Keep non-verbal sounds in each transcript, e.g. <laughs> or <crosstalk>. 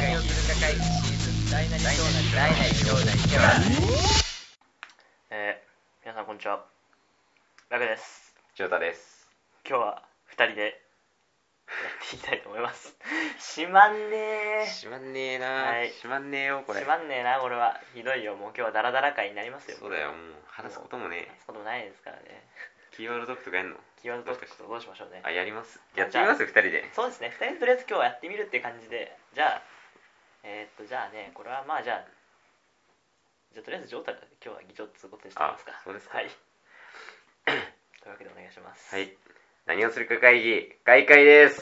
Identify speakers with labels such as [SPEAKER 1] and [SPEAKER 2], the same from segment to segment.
[SPEAKER 1] 会シーズン大なり小なり大なり小なり
[SPEAKER 2] えー、皆さんこんにちはラグです
[SPEAKER 3] 千代田です。
[SPEAKER 2] 今日は2人でやっていきたいと思います
[SPEAKER 3] <laughs>
[SPEAKER 2] しまんね
[SPEAKER 3] しまんねえな、
[SPEAKER 2] はい
[SPEAKER 3] しまんねえよ、こ
[SPEAKER 2] ー
[SPEAKER 3] れ。
[SPEAKER 2] しまんねえなこれはひどいよもう今日はダラダラ会になりますよ
[SPEAKER 3] そうだよ、もう話すこともね
[SPEAKER 2] 話すこともないですからね
[SPEAKER 3] キーワードトークとかやんの
[SPEAKER 2] キーワードトークとどうしましょうね
[SPEAKER 3] あ、やります。やってみます、二人で。
[SPEAKER 2] そうですね2人でとりあえず今日はやってみるっていう感じでじゃあえー、っとじゃあねこれはまあじゃあじゃあとりあえずジョータが今日は議長っつうことにしておきますか
[SPEAKER 3] あそうですか
[SPEAKER 2] はいというわけでお願いします
[SPEAKER 3] はい。何をするか会議、開会です。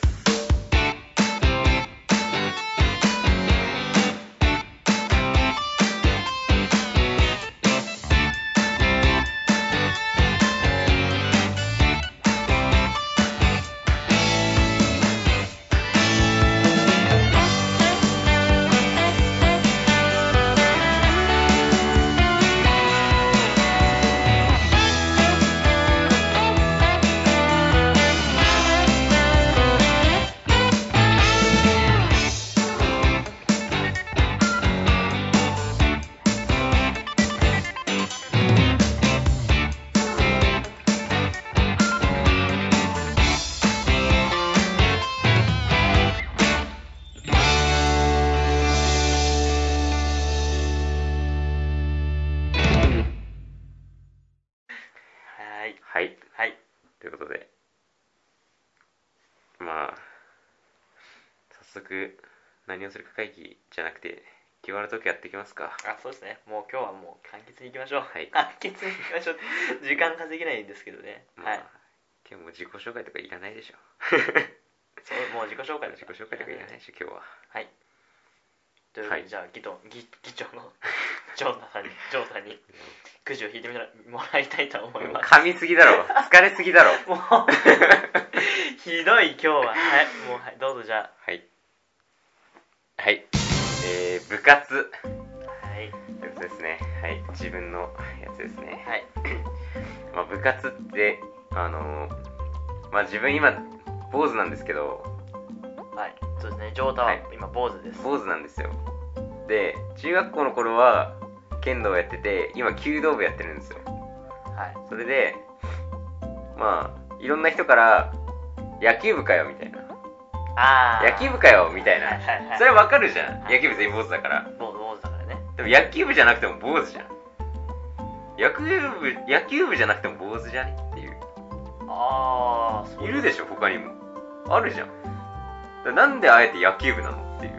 [SPEAKER 2] はい
[SPEAKER 3] はい。
[SPEAKER 2] はい
[SPEAKER 3] ということで。まあ、早速、何をするか会議じゃなくて、キーワードトークやっていきますか。
[SPEAKER 2] あそうですねもう今日はもう簡潔にいきましょう、 <laughs>
[SPEAKER 3] はい
[SPEAKER 2] 簡潔にいきましょう時間稼げないんですけどね、
[SPEAKER 3] まあ、
[SPEAKER 2] はい
[SPEAKER 3] 今日も自己紹介とかいらない
[SPEAKER 2] <laughs>
[SPEAKER 3] でしょ。
[SPEAKER 2] そうもう自己紹介
[SPEAKER 3] 自己紹介とかいらないでしょ、
[SPEAKER 2] <laughs>
[SPEAKER 3] 今日は。
[SPEAKER 2] はいというわけで、
[SPEAKER 3] はい
[SPEAKER 2] じゃあ議と議議長のジョータさんにジョータにくじを引いてみらもらいたいと思い
[SPEAKER 3] もう
[SPEAKER 2] ます
[SPEAKER 3] 噛みすぎだろ。疲れすぎだろ。
[SPEAKER 2] もうひどい今日ははいもう、はい、どうぞじゃ
[SPEAKER 3] はい。はい。えー、部活
[SPEAKER 2] あはい
[SPEAKER 3] ということですね。はい。自分のやつですね。
[SPEAKER 2] はい
[SPEAKER 3] まあ、部活って、あのーまあ自分今、坊主なんですけど、
[SPEAKER 2] はいそうですねジョータは
[SPEAKER 3] はい
[SPEAKER 2] 今坊主です、
[SPEAKER 3] 坊主なんですよ。で、中学校の頃は、剣道をやってて、今、弓道部やってるんですよ。
[SPEAKER 2] はい
[SPEAKER 3] それで、まあ、いろんな人から、野球部かよ、みたいな。
[SPEAKER 2] ああ
[SPEAKER 3] 野球部かよ、みたい
[SPEAKER 2] はいはいは
[SPEAKER 3] な。
[SPEAKER 2] い
[SPEAKER 3] それはわかるじゃん。
[SPEAKER 2] はい
[SPEAKER 3] 野球部全員坊主だから。
[SPEAKER 2] 坊坊主だからね
[SPEAKER 3] でも野球部じゃなくても坊主じゃん。野球部、野球部じゃなくても坊主じゃねっていう。
[SPEAKER 2] ああそう
[SPEAKER 3] いるでしょ、他にも。あるじゃん。だなんであえて野球部なのっていう。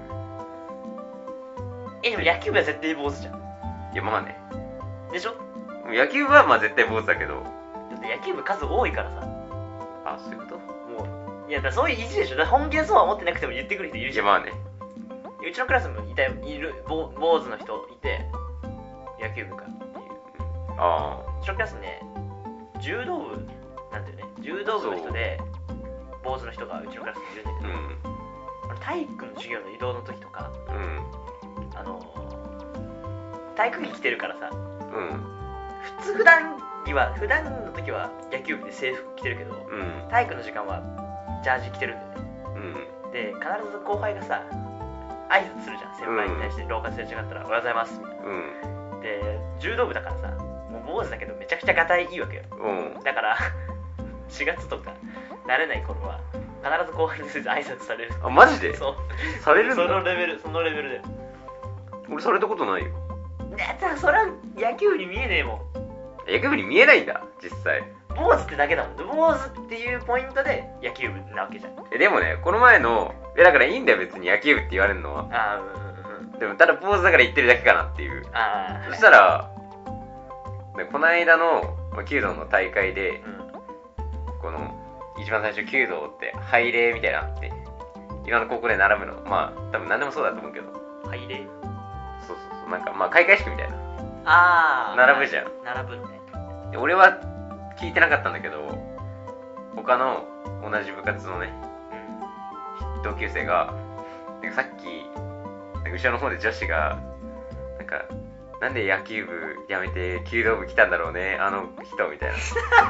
[SPEAKER 2] えでも野球部は絶対坊主じゃん
[SPEAKER 3] いや、まあね。
[SPEAKER 2] でしょ
[SPEAKER 3] 野球部はまあ絶対坊主だけど。
[SPEAKER 2] だって野球部数多いからさ
[SPEAKER 3] あ、そういうこと
[SPEAKER 2] もういやだからそういう意地でしょだから本気でそうは思ってなくても言ってくる人いる
[SPEAKER 3] い
[SPEAKER 2] じゃ
[SPEAKER 3] や、
[SPEAKER 2] ん、
[SPEAKER 3] まあね。
[SPEAKER 2] うちのクラスもいたよいる坊坊主の人いて野球部かっていう
[SPEAKER 3] あ
[SPEAKER 2] うちのクラスね柔道部なんだよね柔道部の人で坊主の人がうちのクラスにいるんだ
[SPEAKER 3] あ。う
[SPEAKER 2] けど、
[SPEAKER 3] ん。
[SPEAKER 2] 俺体育の授業の移動の時とか
[SPEAKER 3] うん。
[SPEAKER 2] あのー体育着着てるからさ
[SPEAKER 3] うん。
[SPEAKER 2] 普通普段着は普段の時は野球部で制服着てるけど
[SPEAKER 3] うん。
[SPEAKER 2] 体育の時間はジャージ着てるんだよね
[SPEAKER 3] うん。
[SPEAKER 2] で必ず後輩がさ挨拶するじゃん先輩に対して廊下すれ違ったら「おはようございます」みたい
[SPEAKER 3] うん。
[SPEAKER 2] なで柔道部だからさもう坊主だけどめちゃくちゃがたいいいわけよ
[SPEAKER 3] うん。
[SPEAKER 2] だから <laughs> 4月とか慣れない頃は必ず後輩にせず挨拶される
[SPEAKER 3] あ、マジで
[SPEAKER 2] そう
[SPEAKER 3] されるん
[SPEAKER 2] その
[SPEAKER 3] だ。
[SPEAKER 2] レベルそのレベルで
[SPEAKER 3] 俺されたことないよ。
[SPEAKER 2] だってそりゃ野球部に見えねえもん
[SPEAKER 3] 野球部に見えないんだ、実際。
[SPEAKER 2] 坊主ってだけだもんで坊主っていうポイントで野球部なわけじゃん
[SPEAKER 3] えでもね、この前の、いやだからいいんだよ別に野球部って言われるのは。
[SPEAKER 2] ああうんうんうん
[SPEAKER 3] でもただポーズだから言ってるだけかなっていう。
[SPEAKER 2] ああ
[SPEAKER 3] そしたら、でこの間の、まあ、弓道の大会で、
[SPEAKER 2] うん
[SPEAKER 3] この、一番最初弓道って、拝礼みたいなのあって、いろんな高校で並ぶの。まあ、多分何でもそうだと思うけど。
[SPEAKER 2] 入れ
[SPEAKER 3] そうそうそう。なんか、まあ、開会式みたいな。
[SPEAKER 2] ああ
[SPEAKER 3] 並ぶじゃん
[SPEAKER 2] 並ぶね
[SPEAKER 3] で俺は聞いてなかったんだけど、他の同じ部活のね、
[SPEAKER 2] うん
[SPEAKER 3] 同級生がなんかさっきなんか後ろの方で女子がなんかなんで野球部やめて弓道部来たんだろうねあの人みたいな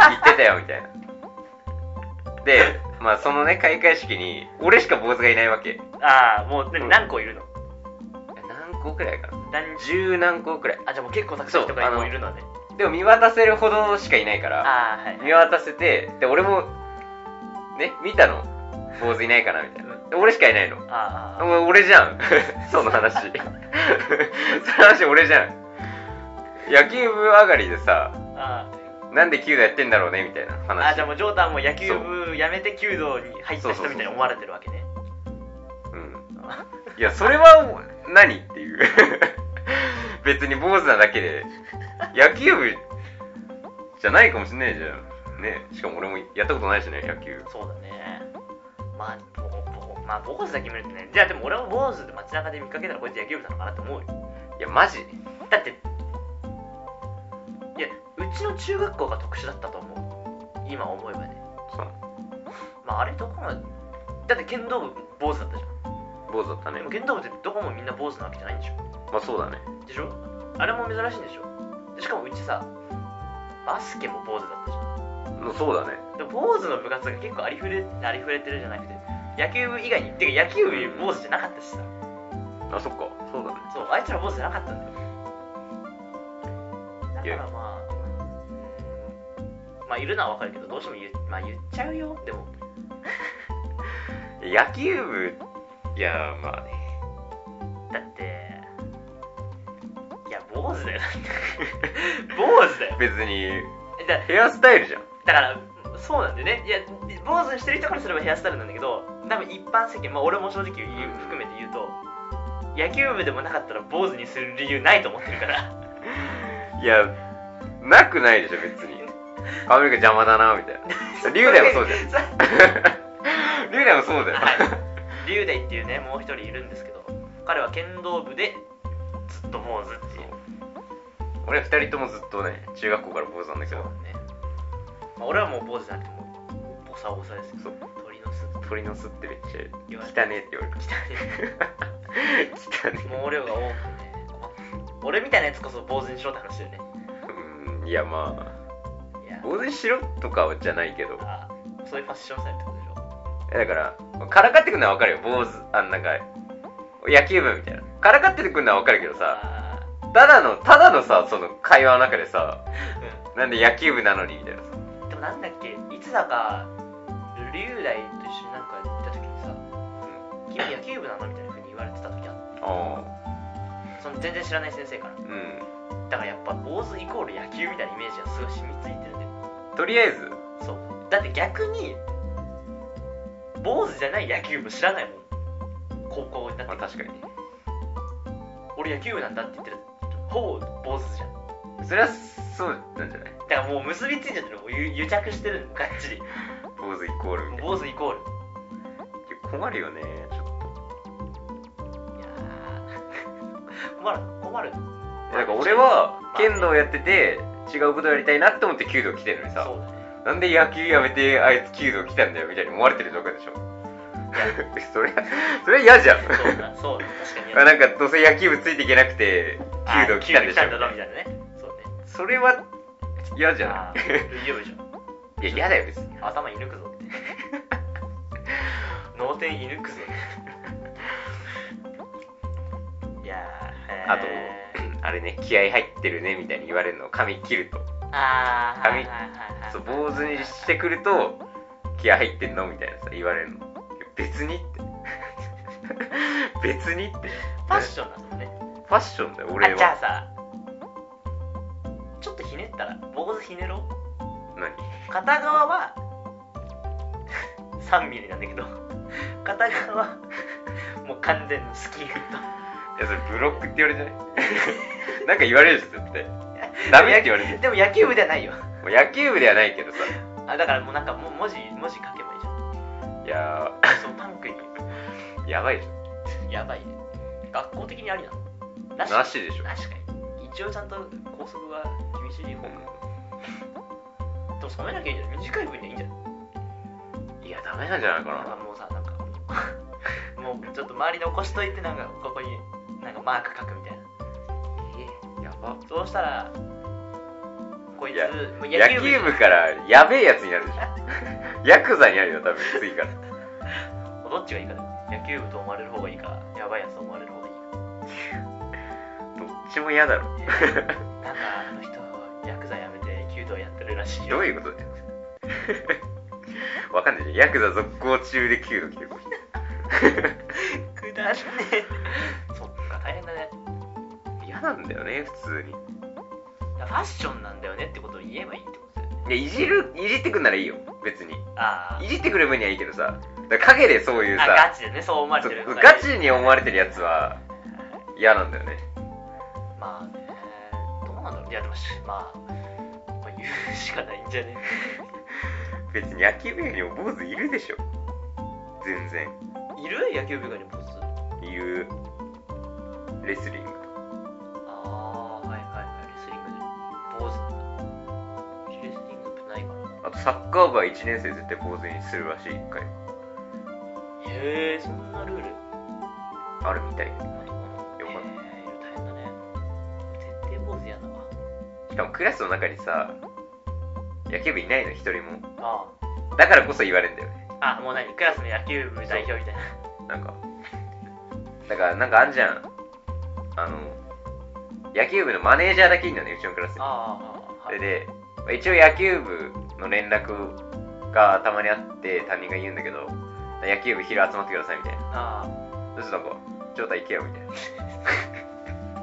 [SPEAKER 3] 言ってたよみたいなでまあそのね開会式に俺しか坊主がいないわけ
[SPEAKER 2] ああもう、
[SPEAKER 3] うん
[SPEAKER 2] 何個いるの
[SPEAKER 3] え何個くらいかな
[SPEAKER 2] 何人
[SPEAKER 3] 十何個くらい
[SPEAKER 2] あじゃあもう結構たくさん人
[SPEAKER 3] そうあ
[SPEAKER 2] が
[SPEAKER 3] の
[SPEAKER 2] もういるのね
[SPEAKER 3] でも見渡せるほどしかいないから
[SPEAKER 2] ああーはい
[SPEAKER 3] 見渡せてで俺もね見たの坊主いないかなみたいなで俺しかいないの
[SPEAKER 2] あーあー
[SPEAKER 3] お俺じゃん <laughs> その話その話俺じゃん野球部上がりでさ
[SPEAKER 2] あ
[SPEAKER 3] なんで弓道やってんだろうねみたいな
[SPEAKER 2] ー
[SPEAKER 3] 話
[SPEAKER 2] あーじゃあもうジョータンも野球部やめて弓道に入った人みたいに思われてるわけね
[SPEAKER 3] うんいやそれは何っていう <laughs> 別に坊主なだけで野球部じゃないかもしんないじゃんねしかも俺もやったことないしね野球
[SPEAKER 2] そうだねまあぼぼまあ坊主だけ見るってねじゃあでも俺も坊主で街中で見かけたらこいつ野球部なのかなって思うよ
[SPEAKER 3] いやマジ
[SPEAKER 2] だっていやうちの中学校が特殊だったと思う今思えばね
[SPEAKER 3] そう
[SPEAKER 2] まああれどこもだって剣道部坊主だったじゃん
[SPEAKER 3] 坊主だったね
[SPEAKER 2] でも剣道部ってどこもみんな坊主なわけじゃないんでしょ
[SPEAKER 3] まあそうだね
[SPEAKER 2] でしょあれも珍しいんでしょでしかもうちさバスケも坊主だったじゃ
[SPEAKER 3] まあそうだね
[SPEAKER 2] んでも坊主の部活が結構ありふれありふれてるじゃなくて野球部以外にてか野球部より坊主じゃなかったしさ
[SPEAKER 3] あそっかそうだね
[SPEAKER 2] そうあいつら坊主じゃなかったんだよだ
[SPEAKER 3] い
[SPEAKER 2] か
[SPEAKER 3] や
[SPEAKER 2] らまあうんまあいるのはわかるけどどうしても言,、まあ、言っちゃうよでも
[SPEAKER 3] 野球部いやまあね
[SPEAKER 2] だっていや坊主だよだって <laughs> 坊主だよ
[SPEAKER 3] 別に
[SPEAKER 2] だ
[SPEAKER 3] ヘアスタイルじゃん
[SPEAKER 2] だからそうなんでねいや坊主にしてる人からすればヘアスタイルなんだけど多分一般世間、まあ、俺も正直言う含めて言うと野球部でもなかったら坊主にする理由ないと思ってるから
[SPEAKER 3] <laughs> いやなくないでしょ別に髪の毛邪魔だなみたいな龍大もそうじゃん
[SPEAKER 2] ゃん
[SPEAKER 3] 龍大もそうだよ、
[SPEAKER 2] はい龍大っていうねもう一人いるんですけど彼は剣道部でずっと坊主っていう
[SPEAKER 3] <laughs> 俺ら二人ともずっとね中学校から坊主なんだけど
[SPEAKER 2] ね、まあ、俺はもう坊主じゃなくてもうボサボサですよ
[SPEAKER 3] そう
[SPEAKER 2] 鳥の巣
[SPEAKER 3] 鳥の巣ってめっち
[SPEAKER 2] 言
[SPEAKER 3] ゃ
[SPEAKER 2] われて
[SPEAKER 3] 汚ねって言われる汚ね
[SPEAKER 2] 毛量が多くてね俺みたいなやつこそ坊主にしろって話だよね
[SPEAKER 3] うんいやま
[SPEAKER 2] いや
[SPEAKER 3] あ坊主にしろとかはじゃないけど
[SPEAKER 2] あーそういうファッションスタイルってことでしょ
[SPEAKER 3] えだからからかってくんのはわかるよ坊主あんなんか野球部みたいなからかってくんのはわかるけどさ
[SPEAKER 2] あ
[SPEAKER 3] ただのただのさその会話の中でさ
[SPEAKER 2] ー
[SPEAKER 3] なんで野球部なのにみたいなさ
[SPEAKER 2] うんでもなんだっけいつだか龍大と一緒になんか行った時にさ「君野球部なの?」みたいな風に言われてた時あっ
[SPEAKER 3] あ
[SPEAKER 2] たその全然知らない先生から
[SPEAKER 3] あうん
[SPEAKER 2] だからやっぱ坊主イコール野球みたいなイメージがすごい染みついてるね
[SPEAKER 3] とりあえず
[SPEAKER 2] そうだって逆に坊主じゃない野球部知らないもん高校になっ
[SPEAKER 3] まあ
[SPEAKER 2] て
[SPEAKER 3] 確かに
[SPEAKER 2] 俺野球部なんだって言ってるほぼ坊主じゃん
[SPEAKER 3] それはそうなんじゃない
[SPEAKER 2] だからもう結びついちゃってるもう癒癒着してるのがっちり
[SPEAKER 3] 坊主イコールみたいな
[SPEAKER 2] 坊主イコール
[SPEAKER 3] 困るよねちょっと
[SPEAKER 2] いやー困る困る
[SPEAKER 3] えだから俺は剣道やってて違うことやりたいなって思って弓道来てるのにさ
[SPEAKER 2] そうだね
[SPEAKER 3] なんで野球やめてあいつ弓道来たんだよみたいに思われてる状況でしょ <laughs> それそれ嫌じ <laughs> ゃん
[SPEAKER 2] そうだそうだ確かに
[SPEAKER 3] あなんかどうせ野球部ついていけなくて
[SPEAKER 2] あ
[SPEAKER 3] 弓道来たんで
[SPEAKER 2] 弓道来
[SPEAKER 3] しょ
[SPEAKER 2] たんだぞみたいなねそうね
[SPEAKER 3] それは嫌じ
[SPEAKER 2] あ
[SPEAKER 3] ゃない
[SPEAKER 2] ー言うでしょ
[SPEAKER 3] いや嫌だよ別に
[SPEAKER 2] 頭射抜くぞって脳天射抜くぞいやー
[SPEAKER 3] あと <clears throat>
[SPEAKER 2] えー
[SPEAKER 3] あれね気合入ってるねみたいに言われるの髪切ると
[SPEAKER 2] あー
[SPEAKER 3] 髪
[SPEAKER 2] はいはいはいはい
[SPEAKER 3] そう坊主にしてくると気合入ってんのみたいなさ言われるのいや別にって <laughs> 別にって
[SPEAKER 2] ファッションだもんね
[SPEAKER 3] ファッションだよ俺
[SPEAKER 2] あじゃあ
[SPEAKER 3] は
[SPEAKER 2] さちょっとひねったら坊主ひねろう
[SPEAKER 3] 何
[SPEAKER 2] 片側は <laughs> 3ミリなんだけど片側はもう完全にスキンヘッド
[SPEAKER 3] いやそれブロックって言われじゃない <laughs> なんか言われるでしょ絶対ダメって言われる
[SPEAKER 2] でも野球部ではないよ
[SPEAKER 3] もう野球部ではないけどさ
[SPEAKER 2] あだからもうなんかもう文字文字書けばいいじゃん
[SPEAKER 3] いや
[SPEAKER 2] そのパンクに
[SPEAKER 3] ーやばいじ
[SPEAKER 2] やばいね学校的にありなの
[SPEAKER 3] ゃんなしでしょ
[SPEAKER 2] 確かに一応ちゃんと校則が厳しい方がでも染めなきゃいいんじゃない短い分にはいいんじゃない
[SPEAKER 3] いやダメなんじゃないか
[SPEAKER 2] なんかもうさなんかもう <laughs> もうちょっと周り残しといてなんかここになんかマーク書くみたいな
[SPEAKER 3] なやば
[SPEAKER 2] そうしたらこいつ
[SPEAKER 3] いや
[SPEAKER 2] もう
[SPEAKER 3] 野球部からやべえやつになるで
[SPEAKER 2] <laughs>
[SPEAKER 3] しょヤクザになるよ多分次から <laughs>
[SPEAKER 2] どっちがいいかだよ野球部と思われる方がいいかやばいやつと思われる方がいいか
[SPEAKER 3] ちも嫌だろ
[SPEAKER 2] なんかあの人ヤクザやめて弓道やってるらしい
[SPEAKER 3] ど
[SPEAKER 2] よ
[SPEAKER 3] ういうことだよ <laughs> わかんないじゃんヤクザ続行中で弓道来てる
[SPEAKER 2] くだねえそっか大変だね
[SPEAKER 3] 嫌なんだよね普通に
[SPEAKER 2] だからファッションなんだよねってことを言えばいいってことだよね
[SPEAKER 3] いやいじるいじってくんならいいよ別に
[SPEAKER 2] あ
[SPEAKER 3] いじってくる分にはいいけどさだから陰でそういう
[SPEAKER 2] ああ
[SPEAKER 3] さ
[SPEAKER 2] ガチでねそう思われてる
[SPEAKER 3] そうガチに思われてるやつは嫌なんだよね
[SPEAKER 2] まあねどうなんだろういやでもしまあまあ言うしかないんじゃね
[SPEAKER 3] 別に野球部屋にも坊主いるでしょ全然
[SPEAKER 2] いる野球部外にボス
[SPEAKER 3] いるレスリング
[SPEAKER 2] ああはいはいはいレスリングで坊主レスリング部ないかな
[SPEAKER 3] あとサッカー部は1年生絶対坊主にするらしい一回
[SPEAKER 2] へえそんなルール
[SPEAKER 3] あるみたい
[SPEAKER 2] よ
[SPEAKER 3] かっ
[SPEAKER 2] 大
[SPEAKER 3] た
[SPEAKER 2] 変だね絶対坊主やだわ
[SPEAKER 3] しかもクラスの中にさ野球部いないの一人も
[SPEAKER 2] あ
[SPEAKER 3] だからこそ言われんだよね
[SPEAKER 2] ああもう何クラスの野球部代表みたいな
[SPEAKER 3] なんかだからなんかあんじゃんあの野球部のマネージャーだけいんだよねうちのクラスに
[SPEAKER 2] ああ
[SPEAKER 3] それで、まあ一応野球部の連絡がたまにあって担任が言うんだけど野球部昼集まってくださいみたいな
[SPEAKER 2] あ
[SPEAKER 3] そしたらなんか「翔太行けよ」みたいな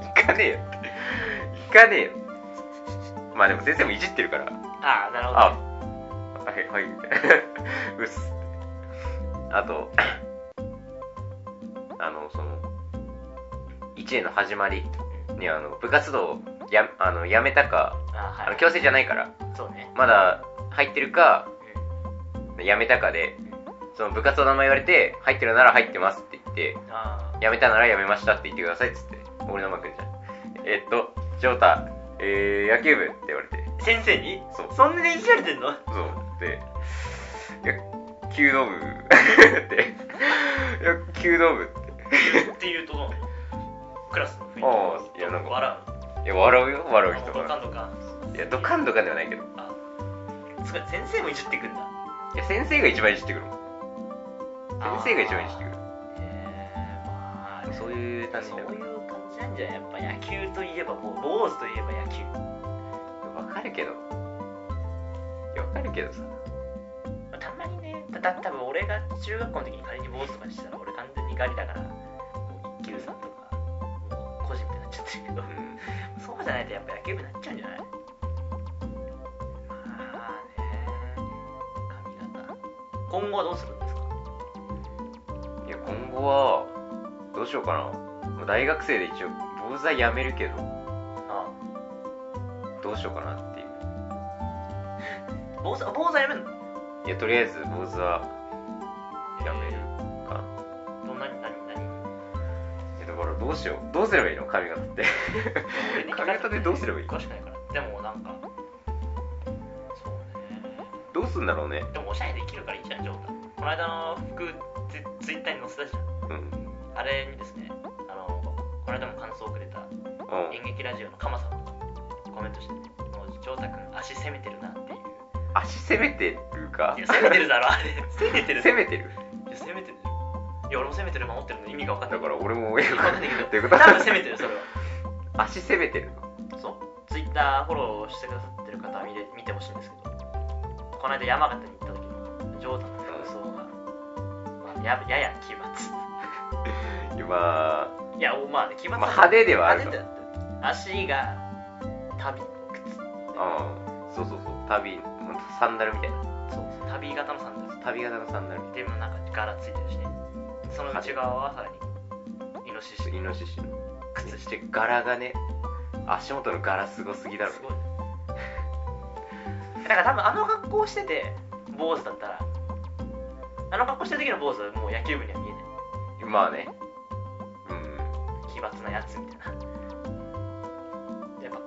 [SPEAKER 3] 「 <laughs> 行かねえよ」行かねえよ」まあでも先生もいじってるから
[SPEAKER 2] あああなるほど
[SPEAKER 3] あ、はい、はい、 <laughs> みたいな。うっすって。あと、あの、その、1年の始まりに、あの、部活動をやあのやめたか、
[SPEAKER 2] あ
[SPEAKER 3] あ
[SPEAKER 2] は
[SPEAKER 3] の、
[SPEAKER 2] い
[SPEAKER 3] 強制じゃないから、
[SPEAKER 2] そうね
[SPEAKER 3] まだ入ってるか、やめたかで、その部活の名前言われて、入ってるなら入ってますって言って、
[SPEAKER 2] あ
[SPEAKER 3] やめたならやめましたって言ってくださいっつって、俺のマークじゃん。えっと、翔太、えー、野球部って言われて、
[SPEAKER 2] あ先生に
[SPEAKER 3] そう。
[SPEAKER 2] そんなにいじられてんの
[SPEAKER 3] そうで「いや弓道部」 <laughs> って「いや弓道部」って
[SPEAKER 2] っていうとクラスの雰囲気
[SPEAKER 3] ああいやなんか
[SPEAKER 2] 笑
[SPEAKER 3] いや笑うよ笑
[SPEAKER 2] う
[SPEAKER 3] う人
[SPEAKER 2] ドカン
[SPEAKER 3] は
[SPEAKER 2] ドカン
[SPEAKER 3] いやドカンドカンではないけど
[SPEAKER 2] あすごい先生もいじってくんだ
[SPEAKER 3] いや先生が一番いじってくるもん先生が一番いじってくる
[SPEAKER 2] ええまあ
[SPEAKER 3] そういう感じ
[SPEAKER 2] そう
[SPEAKER 3] だ
[SPEAKER 2] い
[SPEAKER 3] よ
[SPEAKER 2] う感じなんじゃないやっぱ野球といえばもう坊主といえば野球
[SPEAKER 3] わかるけどいやわかるけどさ
[SPEAKER 2] まあたまにねだだ多分俺が中学校の時に仮に坊主とかにしたら俺完全にガリだからもう一級さんとかもう個人ってなっちゃってるけど
[SPEAKER 3] うん
[SPEAKER 2] そうじゃないとやっぱ野球部になっちゃうんじゃないまあね髪型今後はどうするんですか
[SPEAKER 3] いや今後はどうしようかなもう大学生で一応坊主はやめるけど
[SPEAKER 2] あ
[SPEAKER 3] どうしようかなっていう
[SPEAKER 2] あ坊主あ坊主はやめんの
[SPEAKER 3] いやとりあえず坊主はやめるかな
[SPEAKER 2] どんなに何何
[SPEAKER 3] えだからどうしようどうすればいいの髪型って <laughs>
[SPEAKER 2] 俺に聞か
[SPEAKER 3] 髪
[SPEAKER 2] れた
[SPEAKER 3] 型
[SPEAKER 2] ら
[SPEAKER 3] でどうすればいい
[SPEAKER 2] 詳しくないからでもなんかそうね
[SPEAKER 3] どうすんだろうね
[SPEAKER 2] でもおしゃれできるからいいじゃん、ジョータ。この間の服ツ、ツイッターに載せたじゃん。
[SPEAKER 3] うんうん
[SPEAKER 2] あれにですね、あの、この間も感想をくれた演劇ラジオの鎌さんがコメントしてて、もうジョータ君、足攻めてるなっていう。
[SPEAKER 3] 足攻めてるか
[SPEAKER 2] いや、攻めてるだろ、あれ。攻めてる。
[SPEAKER 3] 攻めてる
[SPEAKER 2] いや、攻めてる。いや、俺も攻めてる、守ってるの意味が分かんな
[SPEAKER 3] だ
[SPEAKER 2] い。
[SPEAKER 3] から俺も
[SPEAKER 2] 意味
[SPEAKER 3] よ
[SPEAKER 2] が分かんない
[SPEAKER 3] <laughs> どうい
[SPEAKER 2] け
[SPEAKER 3] うこ
[SPEAKER 2] ど、
[SPEAKER 3] と
[SPEAKER 2] 多分攻めてる、それは。
[SPEAKER 3] 足攻めてる
[SPEAKER 2] そう。ツイッターフォローしてくださってる方は見れ見てほしいんですけど、この間山形に行った時のジョータの服装が、まあ、ややや奇抜。
[SPEAKER 3] 今
[SPEAKER 2] いや、おまあね、決ま
[SPEAKER 3] まあ派手ではある
[SPEAKER 2] 派手だった。足が、旅、靴。
[SPEAKER 3] うんそうそうそう旅サンダルみたいな
[SPEAKER 2] そう、旅型のサンダル。
[SPEAKER 3] 旅型のサンダルみ
[SPEAKER 2] でもなんか柄ついてるしね。その内側はさらに、イノシ
[SPEAKER 3] た
[SPEAKER 2] シ
[SPEAKER 3] いなイノシシの
[SPEAKER 2] 靴
[SPEAKER 3] し
[SPEAKER 2] して
[SPEAKER 3] て柄がね足元の柄すごすぎだ
[SPEAKER 2] た
[SPEAKER 3] ろ
[SPEAKER 2] すごい。 <laughs> だから多分あの格好してて、坊主だったら、あの格好してる時の坊主はもう野球部には見えない。
[SPEAKER 3] まあねうん
[SPEAKER 2] 奇抜なやつみたいな。やっぱ、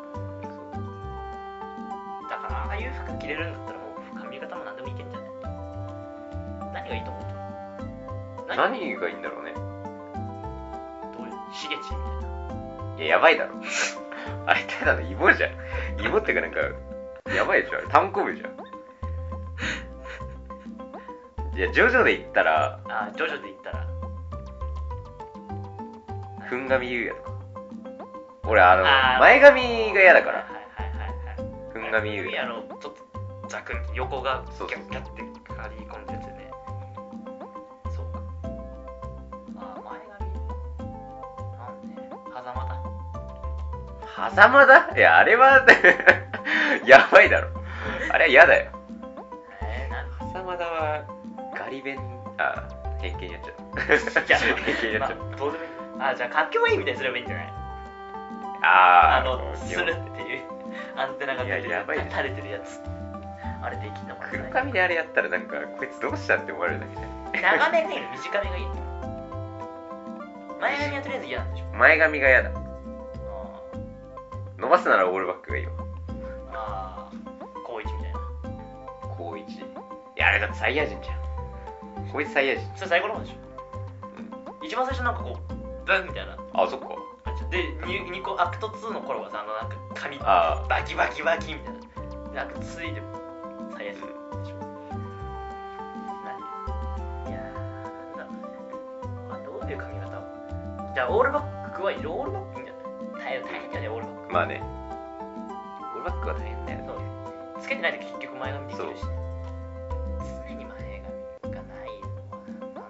[SPEAKER 2] だからああいう服着れるんだったらもう髪型も何でもいけんじゃない何がいいと思う
[SPEAKER 3] 何がいいんだろうね
[SPEAKER 2] どういうしげちみたいない
[SPEAKER 3] ややばいだろあれただの芋じゃん芋ってかなんかやばいでしょあれ単行部じゃんいやジョジョで言ったら
[SPEAKER 2] ああジョジョで言ったら
[SPEAKER 3] ふんがみゆうやとか俺あの
[SPEAKER 2] あー
[SPEAKER 3] 前髪が嫌だから
[SPEAKER 2] はいはいはいはい
[SPEAKER 3] ふんがみゆう
[SPEAKER 2] いやあのちょっとざくん横が
[SPEAKER 3] そう
[SPEAKER 2] ギャッギャッて刈り込んでやつよねそうかあー前髪なんで狭間だ
[SPEAKER 3] 狭間だいやあれは <laughs> やばいだろあれは嫌だよ
[SPEAKER 2] えー、なん
[SPEAKER 3] 狭間だはガリ弁あ偏見やっちゃう
[SPEAKER 2] じゃ
[SPEAKER 3] 偏見 <laughs> やっ
[SPEAKER 2] あ、
[SPEAKER 3] ちゃう
[SPEAKER 2] まあ、どうでもいいあーじゃあかっけもいいみたいにすればいいんじゃない
[SPEAKER 3] あ
[SPEAKER 2] あ
[SPEAKER 3] ー
[SPEAKER 2] のするっていうアンテナが垂れて
[SPEAKER 3] いややばい
[SPEAKER 2] る
[SPEAKER 3] ね
[SPEAKER 2] 垂れてるやつあれできんのか
[SPEAKER 3] 黒
[SPEAKER 2] な
[SPEAKER 3] 髪であれやったらなんかこいつどうしたって思われるだけじ
[SPEAKER 2] 長めがいいの短めがいいの前髪はとりあえず嫌なんでしょ
[SPEAKER 3] ゃん前髪が嫌だ
[SPEAKER 2] あー
[SPEAKER 3] 伸ばすならオールバックがいいわ
[SPEAKER 2] ああ、高一みたいな。
[SPEAKER 3] 高一いやあれだってサイヤ人じゃんこいつサイヤ人
[SPEAKER 2] それ最後の方でしょ。一番最初なんかこう、ブンみたいな
[SPEAKER 3] あそっか
[SPEAKER 2] 感じで、2, 二個、アクト2の頃はさ、あのなんか髪、バ
[SPEAKER 3] あ
[SPEAKER 2] キバキバキみたいな。でアクト3で、最悪でしょ。何いやー、なんだあどういう髪型をじゃあ、オールバックは、オールバックいいんじゃない大変大変だよね、オールバッ
[SPEAKER 3] あまあねオールバックは大変だよ
[SPEAKER 2] ク。そうつけてないと結局前髪できるし。常に前髪がないのはなんなん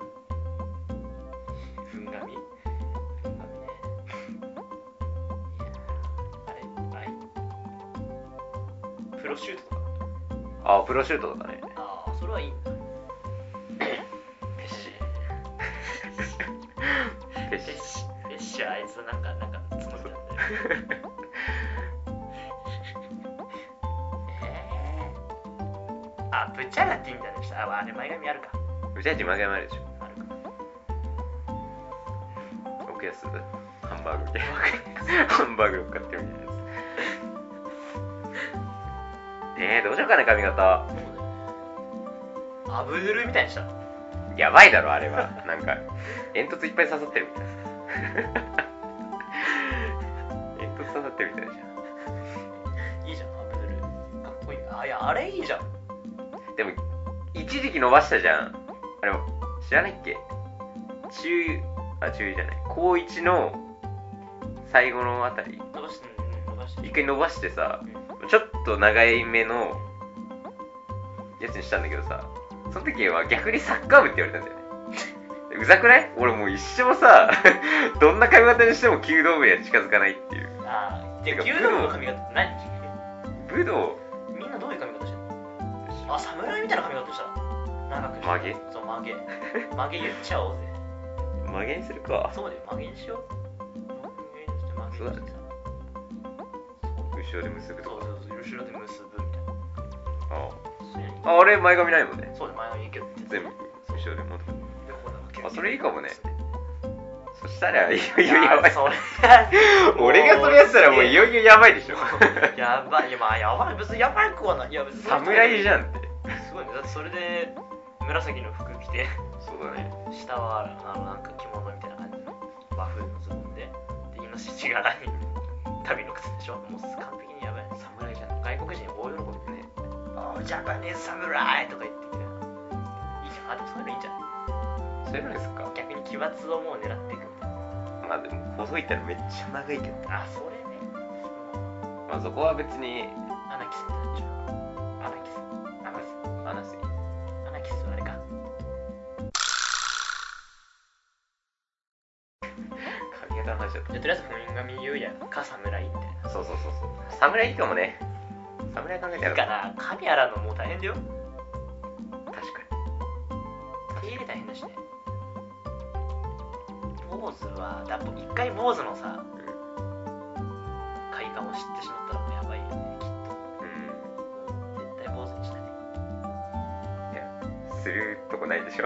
[SPEAKER 2] ふんがみふんがみねいやあれあいプロシュートとか
[SPEAKER 3] あプロシュートとかね <laughs>
[SPEAKER 2] ああそれはいいんだ
[SPEAKER 3] ペッシーペッシ
[SPEAKER 2] フェッ
[SPEAKER 3] ー
[SPEAKER 2] シュフェッシュあいつなんかなんか角みたいなんだよえーあブチャラティみたいな人ああれ前髪あるか
[SPEAKER 3] うちはち前髪あるでしょ
[SPEAKER 2] あるか
[SPEAKER 3] 奥安ハンバーグみたいなハンバーグを買ってみたいなやつねえどうしようかな髪型
[SPEAKER 2] そうだよねアブドゥルみたいにしたの
[SPEAKER 3] やばいだろあれはなんか煙突いっぱい刺さってるみたい <laughs> な煙突刺さってるみたいじゃ
[SPEAKER 2] いいじゃん、アブドゥル。かっこいい。あ、いや、あれいいじゃん。
[SPEAKER 3] んでも一時期伸ばしたじゃんあれ知らないっけ中あ中じゃない高1の最後のあたり
[SPEAKER 2] 伸ばして、伸ばして。
[SPEAKER 3] 一回伸ばしてさ
[SPEAKER 2] うん
[SPEAKER 3] ちょっと長い目のやつにしたんだけどさその時は逆にサッカー部って言われたんだよねうざくない俺もう一生さ <laughs> どんな髪型にしても弓道部には近づかないっていう
[SPEAKER 2] あー、
[SPEAKER 3] て
[SPEAKER 2] で、
[SPEAKER 3] か
[SPEAKER 2] 牛丼の髪型って何
[SPEAKER 3] 武道
[SPEAKER 2] みんなどういう髪型してんのあ、侍みたいな髪型した長くして
[SPEAKER 3] 曲げ
[SPEAKER 2] そう、
[SPEAKER 3] <laughs>
[SPEAKER 2] 曲げ。曲げ言っちゃおうぜ。
[SPEAKER 3] 曲げにするか
[SPEAKER 2] そうだよ、曲げにしよう。曲げにして、曲げにしてさ。
[SPEAKER 3] 後ろで結ぶ
[SPEAKER 2] そ
[SPEAKER 3] と
[SPEAKER 2] う
[SPEAKER 3] か
[SPEAKER 2] そうそう、後ろで結ぶみたいな。
[SPEAKER 3] あ
[SPEAKER 2] そういうのいい
[SPEAKER 3] ああれ前髪ないもんね
[SPEAKER 2] そうだよ、前髪いけどって。
[SPEAKER 3] 全部後ろで持って
[SPEAKER 2] でこうだけ
[SPEAKER 3] あそれいいかもねそしたらいよいよや
[SPEAKER 2] や
[SPEAKER 3] ば
[SPEAKER 2] ば
[SPEAKER 3] い
[SPEAKER 2] い、それは。
[SPEAKER 3] 俺がそれやったらもういよいよやばいでしょ
[SPEAKER 2] <laughs> やばい、いや、まあ、やばい、別にやばくはない。いや、別に。
[SPEAKER 3] <laughs> 侍じゃんって
[SPEAKER 2] すごいねだってそれで紫の服着て
[SPEAKER 3] そうだね
[SPEAKER 2] 下はあのなんか着物みたいな感じの和風のズボンででイノシシ柄に旅の靴でしょもう完璧にやばい侍じゃん外国人大喜びでねああジャパニーズ侍とか言ってきていいじゃんあでもそういうのいいんじゃん
[SPEAKER 3] そういうのですか
[SPEAKER 2] 逆に奇抜をもう狙っていくみたいな
[SPEAKER 3] まあでも細いったらめっちゃ長いけど
[SPEAKER 2] あそれね
[SPEAKER 3] まあそこは別に
[SPEAKER 2] アナキスになっちゃうアナキスアナキス
[SPEAKER 3] 話す
[SPEAKER 2] アナキスはあれか
[SPEAKER 3] 髪型の話だと
[SPEAKER 2] じゃあとりあえず本神優也か侍みたいな
[SPEAKER 3] そうそうそうそう侍いいかもね侍考えて
[SPEAKER 2] い
[SPEAKER 3] やろ
[SPEAKER 2] いうかな髪洗うのもう大変だよ
[SPEAKER 3] 確か
[SPEAKER 2] 手入れ大変だしね坊主はだ一回坊主のさ
[SPEAKER 3] に
[SPEAKER 2] 快感を知ってしまったらもうやばいよねきっ
[SPEAKER 3] う
[SPEAKER 2] と絶対坊主にしない
[SPEAKER 3] んするとこないでしょ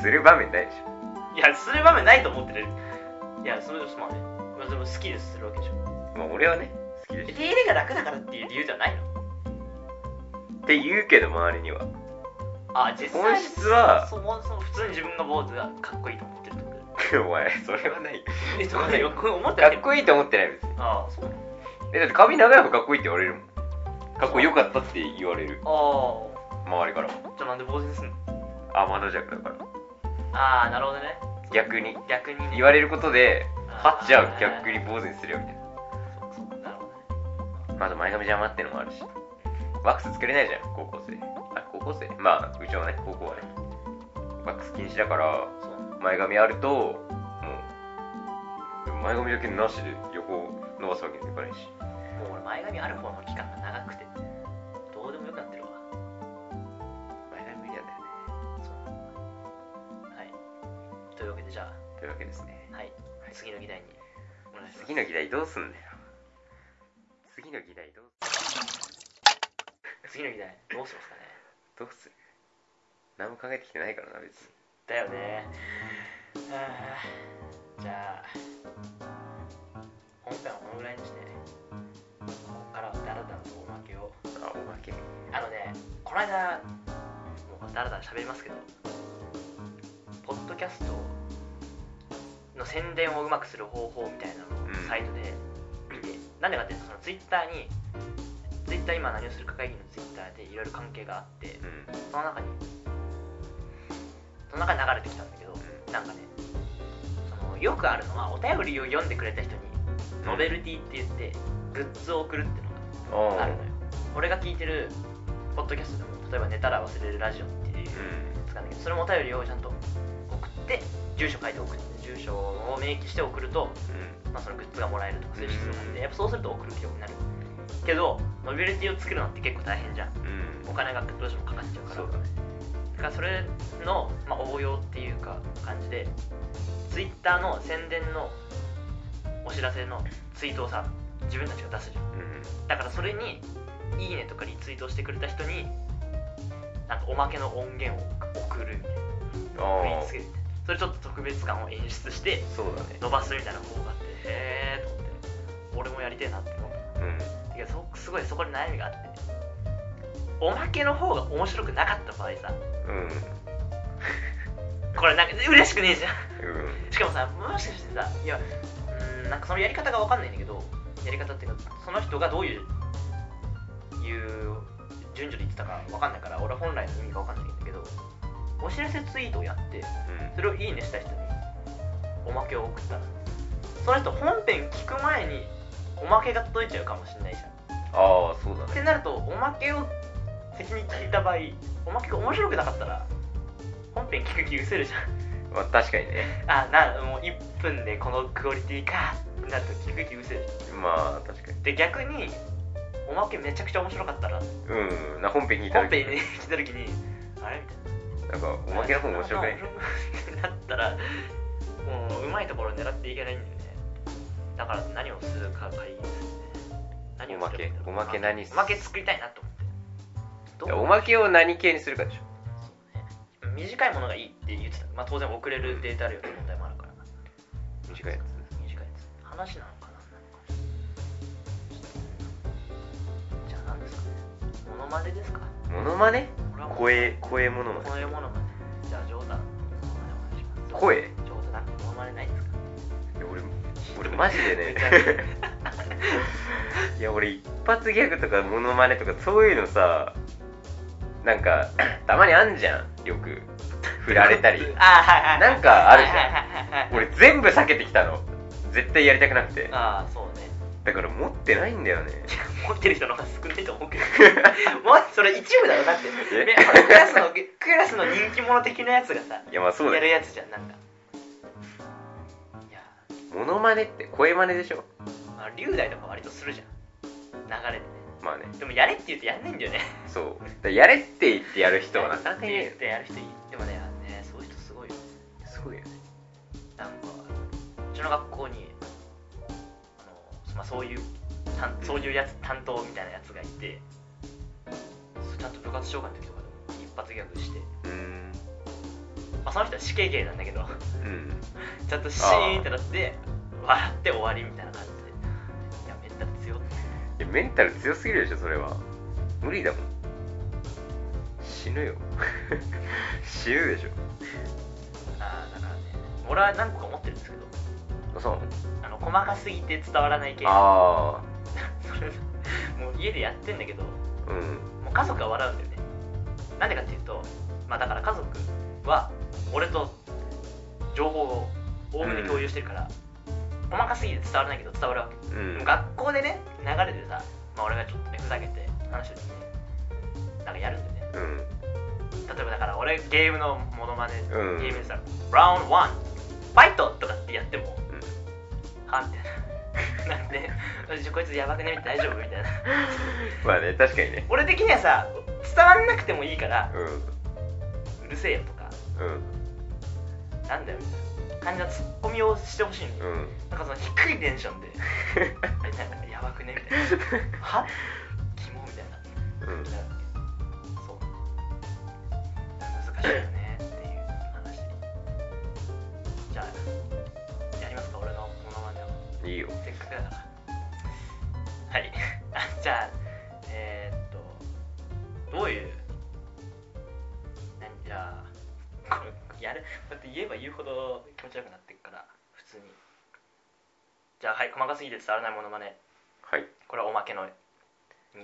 [SPEAKER 3] する場面ないでしょ
[SPEAKER 2] いやする場面ないと思ってるいやそれですまんねまあでも好きですするわけでしょ
[SPEAKER 3] まあ俺はね好きで
[SPEAKER 2] 手
[SPEAKER 3] しょ
[SPEAKER 2] 入れが楽だからっていう理由じゃないの
[SPEAKER 3] って言うけど周りには
[SPEAKER 2] あ実際
[SPEAKER 3] 本質は
[SPEAKER 2] そもそも普通に自分が坊主がかっこいいと思ってるってこと
[SPEAKER 3] お前それはない
[SPEAKER 2] えそこでよく思って
[SPEAKER 3] か
[SPEAKER 2] な
[SPEAKER 3] っこいいと思ってない別に
[SPEAKER 2] ああそうなの
[SPEAKER 3] えだって髪長い方かっこいいって言われるもんかっこよかったって言われる
[SPEAKER 2] あ
[SPEAKER 3] 周りからも
[SPEAKER 2] あじゃあなんで坊主にすんの
[SPEAKER 3] あマドジャクだから
[SPEAKER 2] ああなるほどね
[SPEAKER 3] 逆に
[SPEAKER 2] 逆にね
[SPEAKER 3] 言われることで
[SPEAKER 2] あー
[SPEAKER 3] はっちゃう逆に坊主にするよみたいなあと前髪邪魔ってのもあるしワックスつけれないじゃん高校生あれ高校生まあうちはね高校はねワックス禁止だから
[SPEAKER 2] そう
[SPEAKER 3] 前髪あるともうでも前髪だけなしで横を伸ばすわけにもいかないし
[SPEAKER 2] もう俺前髪ある方の期間が長くてどうでもよくなってるわ
[SPEAKER 3] 前髪無理なんだよね
[SPEAKER 2] はいというわけでじゃ
[SPEAKER 3] というわけですね
[SPEAKER 2] あはい次の議題にお願いします
[SPEAKER 3] 次の議題どうすんだよ次の議題どう
[SPEAKER 2] 次の議題どうしますかね
[SPEAKER 3] どうする何も考えてきてないからな別に
[SPEAKER 2] だよねあーじゃあ本編はこのぐらいにしてここからはだらだらとおまけを
[SPEAKER 3] あおまけ
[SPEAKER 2] あのねこの間もうだらだら喋りますけどポッドキャストの宣伝をうまくする方法みたいなの
[SPEAKER 3] うん
[SPEAKER 2] をサイトで見て、なんでかっていうとそのツイッターにツイッター今何をするか会議のツイッターでいろいろ関係があって、
[SPEAKER 3] うん
[SPEAKER 2] その中にその中に流れてきたんだけど、
[SPEAKER 3] う
[SPEAKER 2] なんかねそのよくあるのはお便りを読んでくれた人に
[SPEAKER 3] ん
[SPEAKER 2] ノベルティって言ってグッズを送るっていうの
[SPEAKER 3] おう
[SPEAKER 2] があるのよ俺が聞いてるポッドキャストでも例えば「寝たら忘れるラジオ」っていう
[SPEAKER 3] う
[SPEAKER 2] 使うんだけどそれもお便りをちゃんと送って住所書いて送って住所を明記して送ると、
[SPEAKER 3] んうん
[SPEAKER 2] まあ、そのグッズがもらえるとかそういうシステムなんでやっぱそうすると送る気力になるけどノベルティを作るのって結構大変じゃん
[SPEAKER 3] うん
[SPEAKER 2] お金がどうしてもかかっちゃうから
[SPEAKER 3] そうだね
[SPEAKER 2] だからそれの、まあ、応用っていうか感じで Twitter の宣伝のお知らせのツイートをさ自分たちが出すじゃん
[SPEAKER 3] うん
[SPEAKER 2] だからそれに「いいね」とかリツイートしてくれた人になんかおまけの音源を送るみたいな
[SPEAKER 3] あ
[SPEAKER 2] 振
[SPEAKER 3] あ
[SPEAKER 2] り付けるみたいなそれちょっと特別感を演出して
[SPEAKER 3] そうだね
[SPEAKER 2] 伸ばすみたいな方法があってへえと思って俺もやりてえなって思った
[SPEAKER 3] うん
[SPEAKER 2] いやそすごいそこに悩みがあっておまけの方が面白くなかった場合さ
[SPEAKER 3] うん
[SPEAKER 2] これなんか嬉しくねえじゃ
[SPEAKER 3] うん
[SPEAKER 2] んしかもさもしかしてさいやうーんなんかそのやり方がわかんないんだけどやり方っていうかその人がどういういう順序で言ってたかわかんないから俺は本来の意味がわかんないんだけどお知らせツイートをやってそれをいいねした人におまけを送ったらその人本編聞く前におまけが届いちゃうかもしんないじゃん
[SPEAKER 3] ああそうだ
[SPEAKER 2] っ
[SPEAKER 3] ね
[SPEAKER 2] てなるとおまけを先に聞いた場合おまけが面白くなかったら本編聞く気失せるじゃ
[SPEAKER 3] まあ確かにね
[SPEAKER 2] んあなもう1分でこのクオリティかってなると聞く気失せる
[SPEAKER 3] まあ確かに
[SPEAKER 2] で逆におまけめちゃくちゃ面白かったら
[SPEAKER 3] うんな本編にいた
[SPEAKER 2] 本
[SPEAKER 3] 時
[SPEAKER 2] 編に来た時にあれみたい
[SPEAKER 3] なんかお
[SPEAKER 2] な
[SPEAKER 3] まけの方面白くない
[SPEAKER 2] あ面白くなったらもううまいところを狙っていけないんだよねだから何をするかがいいですね何をするか
[SPEAKER 3] おまけおまけ何す
[SPEAKER 2] おまけ作りたいなと思ってどう
[SPEAKER 3] いやおまけを何系にするかでしょ
[SPEAKER 2] そうね短いものがいいって言ってた、まあ、当然遅れるデータ量の問題もあるから
[SPEAKER 3] 短いやつ
[SPEAKER 2] 短いやつ話なのかななんかちょっとじゃあ何ですかねモノマネですか
[SPEAKER 3] モノマネ
[SPEAKER 2] これはこ
[SPEAKER 3] 声声モノマネ
[SPEAKER 2] の世モノマネじゃあ冗談モノマネお願いします
[SPEAKER 3] 声いや
[SPEAKER 2] 冗談なんかモノマネないんです <laughs> か
[SPEAKER 3] 俺俺マジでねいや俺一発ギャグとかモノマネとかそういうのさなんかたまにあんじゃんよく振られたり
[SPEAKER 2] ああはいはい
[SPEAKER 3] なんかあるじ
[SPEAKER 2] はい
[SPEAKER 3] ゃん
[SPEAKER 2] はいはいはい
[SPEAKER 3] 俺全部避けてきたの絶対やりたくなくて
[SPEAKER 2] ああそうね
[SPEAKER 3] だから持ってないん
[SPEAKER 2] <laughs>
[SPEAKER 3] だよね
[SPEAKER 2] 持ってる人の方が少ないと思うけどもうそれ一部だろだって
[SPEAKER 3] え
[SPEAKER 2] めほらクラスのクラスの人気者的なやつがさ
[SPEAKER 3] いやまあそうだ
[SPEAKER 2] やる
[SPEAKER 3] よ
[SPEAKER 2] やつじゃんなんかいや
[SPEAKER 3] モノマネって声マネでしょ
[SPEAKER 2] まあ龍大とか割とするじゃん流れでね
[SPEAKER 3] まあね
[SPEAKER 2] でもやれって言うとやんないんだよね
[SPEAKER 3] そうだからやれって言ってやる人はなかなかい
[SPEAKER 2] や
[SPEAKER 3] ね
[SPEAKER 2] れってやる人いるでもねあのねそういう人すごいよね
[SPEAKER 3] すごいよね
[SPEAKER 2] なんかうちの学校にあの、まあ、そういう担そういうやつ担当みたいなやつがいてちゃんと部活紹介の時とかでも一発ギャグして、
[SPEAKER 3] うーん
[SPEAKER 2] まあ、その人は死刑芸なんだけど <laughs>
[SPEAKER 3] うん
[SPEAKER 2] ちゃんとシーンってなって笑って終わりみたいな感じでいやめったら強っ
[SPEAKER 3] いやメンタル強すぎるでしょそれは無理だもん死ぬよ <laughs> 死ぬでしょ
[SPEAKER 2] あーだからね俺は何個か持ってるんですけど
[SPEAKER 3] あそう
[SPEAKER 2] あの細かすぎて伝わらない系
[SPEAKER 3] あ
[SPEAKER 2] <laughs> それもう家でやってんだけども
[SPEAKER 3] あうん
[SPEAKER 2] う家族が笑うんだよねなんでかっていうとまあだから家族は俺と情報をおおむね共有してるから、細かすぎて伝わらないけど伝わるわけ、
[SPEAKER 3] う
[SPEAKER 2] で
[SPEAKER 3] ん
[SPEAKER 2] も学校でね流れでさまあ、俺がちょっとねふざけて話しててなんかやるんでね
[SPEAKER 3] うん
[SPEAKER 2] 例えばだから俺ゲームのモノマネ、
[SPEAKER 3] うん
[SPEAKER 2] ゲームでさ「ラウンド1ファイト!」とかってやっても
[SPEAKER 3] うん
[SPEAKER 2] 「は?」みたいな <laughs> なんで「私こいつやばくね大丈夫?」みたいな
[SPEAKER 3] まあね確かにね
[SPEAKER 2] 俺的にはさ伝わんなくてもいいから
[SPEAKER 3] う
[SPEAKER 2] 「うるせえよ」とか
[SPEAKER 3] んうん
[SPEAKER 2] 「なんだよ」みたいな感じのツッコミをしてほしいのよ
[SPEAKER 3] うん <laughs>
[SPEAKER 2] なんかその低いテンションで <laughs> 「あれなんかやばくね」みたいな「はキモ」みたいな
[SPEAKER 3] うん
[SPEAKER 2] そう難しいよねっていう話じゃあやりますか俺のモノマネを
[SPEAKER 3] いいよ
[SPEAKER 2] せっかくだからはい <laughs> あじゃあえー、っとどういう何じゃあこれやるこうやって言えば言うほど気持ちよくなってくから普通にじゃあはい細かすぎて伝わらないモノマネ
[SPEAKER 3] はい
[SPEAKER 2] これはおまけのに